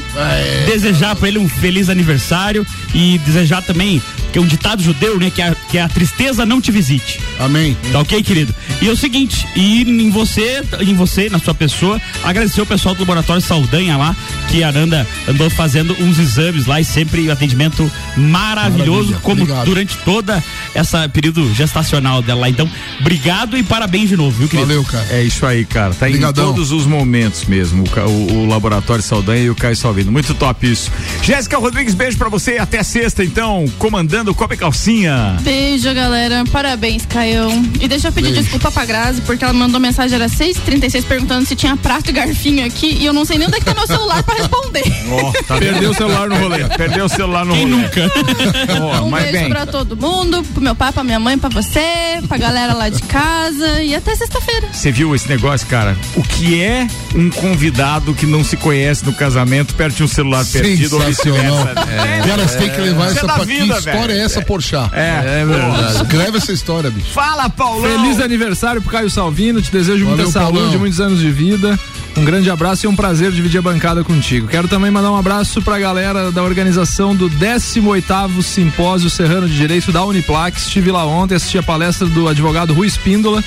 Speaker 7: desejar pra ele um feliz aniversário e desejar também que é um ditado judeu, né? Que a, que a tristeza não te visite.
Speaker 10: Amém.
Speaker 7: Tá ok, querido? E é o seguinte, e em você, em você, na sua pessoa, agradecer o pessoal do Laboratório Saldanha lá, que a Aranda andou fazendo uns exames lá e sempre um atendimento maravilhoso,
Speaker 10: Maravilha,
Speaker 7: como
Speaker 10: obrigado.
Speaker 7: durante toda essa período gestacional dela lá. Então, obrigado e parabéns de novo, viu, querido?
Speaker 10: Valeu, cara.
Speaker 1: É isso aí, cara. Tá
Speaker 7: Obrigadão.
Speaker 1: em todos os momentos mesmo. O, Ca- o- o Laboratório Saldanha e o Caio Salvino. Muito top isso. Jéssica Rodrigues, beijo pra você. Até sexta, então. Comandando o Copa e Calcinha.
Speaker 5: Beijo, galera. Parabéns, Caião. E deixa eu pedir
Speaker 1: Beijo.
Speaker 5: desculpa pra Grazi, porque ela mandou mensagem, era 6h36, perguntando se tinha prato e garfinho aqui, e eu não sei nem onde é que tá meu celular pra responder.
Speaker 1: Ó, tá
Speaker 9: Perdeu
Speaker 1: vendo?
Speaker 9: o celular
Speaker 1: (laughs)
Speaker 9: no rolê.
Speaker 1: Perdeu o celular no
Speaker 9: Quem
Speaker 1: rolê.
Speaker 9: nunca?
Speaker 1: Ó,
Speaker 5: Um
Speaker 1: mas
Speaker 5: beijo
Speaker 1: bem.
Speaker 5: pra todo mundo, pro meu pai, pra minha mãe, pra você, pra galera lá de casa, e até sexta-feira.
Speaker 1: Você viu esse negócio, cara? O que é um convidado que não se conhece no casamento perde um celular perdido ou
Speaker 10: Sensacional.
Speaker 1: vice-versa? né?
Speaker 10: Cara, você tem que levar
Speaker 1: Isso é
Speaker 10: essa
Speaker 1: da
Speaker 10: pra Que
Speaker 1: vida,
Speaker 10: história
Speaker 1: velho.
Speaker 10: é essa, Porchat?
Speaker 1: É,
Speaker 4: é verdade.
Speaker 10: Escreve essa história, bicho.
Speaker 1: Fala, Paulão!
Speaker 4: Feliz aniversário pro Caio Salvino, te desejo muita
Speaker 10: Valeu,
Speaker 4: saúde,
Speaker 10: Paulão.
Speaker 4: muitos anos de vida. Um grande abraço e um prazer dividir a bancada contigo. Quero também mandar um abraço pra galera da organização do 18º Simpósio Serrano de Direito da Uniplac. Estive lá ontem, assisti a palestra do advogado Rui Espíndola,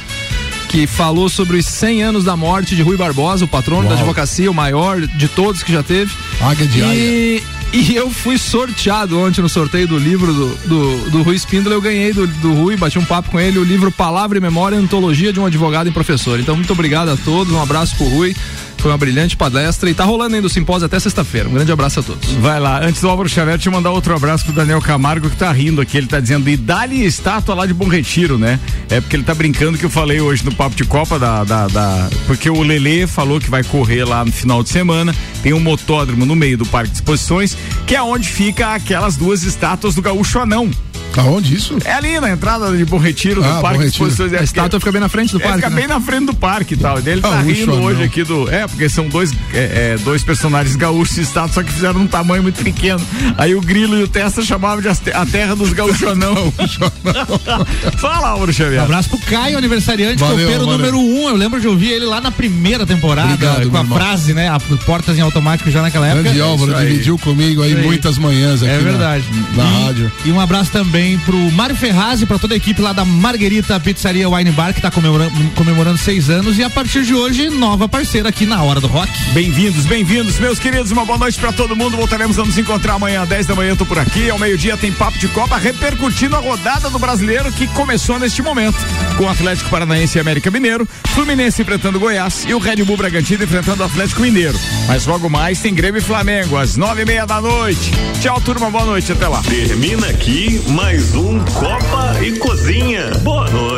Speaker 4: que falou sobre os 100 anos da morte de Rui Barbosa, o patrono da advocacia, o maior de todos que já teve.
Speaker 10: Águia de Aia.
Speaker 4: E, e eu fui sorteado ontem no sorteio do livro do, do, do Rui Spindola. Eu ganhei do, do Rui, bati um papo com ele, o livro Palavra e Memória, Antologia de um Advogado e Professor. Então, muito obrigado a todos, um abraço pro Rui. Foi uma brilhante palestra e tá rolando ainda o simpósio até sexta-feira. Um grande abraço a todos.
Speaker 1: Vai lá, antes do Álvaro Xavier, te mandar outro abraço pro Daniel Camargo que tá rindo aqui. Ele tá dizendo, e dá-lhe estátua lá de Bom Retiro, né? É porque ele tá brincando que eu falei hoje no Papo de Copa da. da, da- porque o Lele falou que vai correr lá no final de semana. Tem um motódromo no meio do Parque de Exposições, que é onde fica aquelas duas estátuas do Gaúcho Anão.
Speaker 10: Aonde isso?
Speaker 1: É ali na entrada de Bom Retiro,
Speaker 10: Ah,
Speaker 1: do Parque
Speaker 10: Bom
Speaker 1: de
Speaker 10: Retiro.
Speaker 1: Exposições.
Speaker 10: A estátua
Speaker 4: fica bem na frente do parque,
Speaker 1: é, Fica
Speaker 4: né?
Speaker 1: bem na frente do parque e tal. Ele tá
Speaker 4: Gaúcho
Speaker 1: rindo
Speaker 4: Anão.
Speaker 1: hoje aqui aqui do. É, porque são dois, é, é, dois personagens gaúchos e estados, só que fizeram um tamanho muito pequeno. Aí o Grilo e o Testa chamavam de as te- a terra dos gaúchonão. Fala, Álvaro Xavier.
Speaker 3: Um abraço pro Caio, aniversariante,
Speaker 1: Valeu,
Speaker 3: copeiro
Speaker 1: valeu.
Speaker 3: número um. Eu lembro de ouvir ele lá na primeira temporada,
Speaker 10: Obrigado,
Speaker 3: com a
Speaker 10: meu irmão.
Speaker 3: frase, né? a- portas em automático já naquela época.
Speaker 10: Grande Álvaro
Speaker 3: Isso aí.
Speaker 10: dividiu comigo aí
Speaker 3: Isso
Speaker 10: muitas manhãs aqui
Speaker 3: É
Speaker 10: na-
Speaker 3: verdade.
Speaker 10: na
Speaker 3: E-
Speaker 10: rádio.
Speaker 3: E um abraço também pro Mário Ferraz e pra toda a equipe lá da Marguerita Pizzaria Wine Bar, que tá comemorando, comemorando seis anos. E a partir de hoje, nova parceira aqui na Hora do Rock.
Speaker 1: Bem-vindos, bem-vindos, meus queridos. Uma boa noite pra todo mundo. Voltaremos a nos encontrar amanhã, 10 da manhã. Eu tô por aqui. Ao meio-dia tem Papo de Copa, repercutindo a rodada do brasileiro que começou neste momento. Com o Atlético Paranaense e América Mineiro, Fluminense enfrentando o Goiás e o Red Bull Bragantino enfrentando o Atlético Mineiro. Mas logo mais tem Grêmio e Flamengo, às nove e meia da noite. Tchau, turma. Boa noite. Até lá.
Speaker 2: Termina aqui mais um Copa e Cozinha. Boa noite.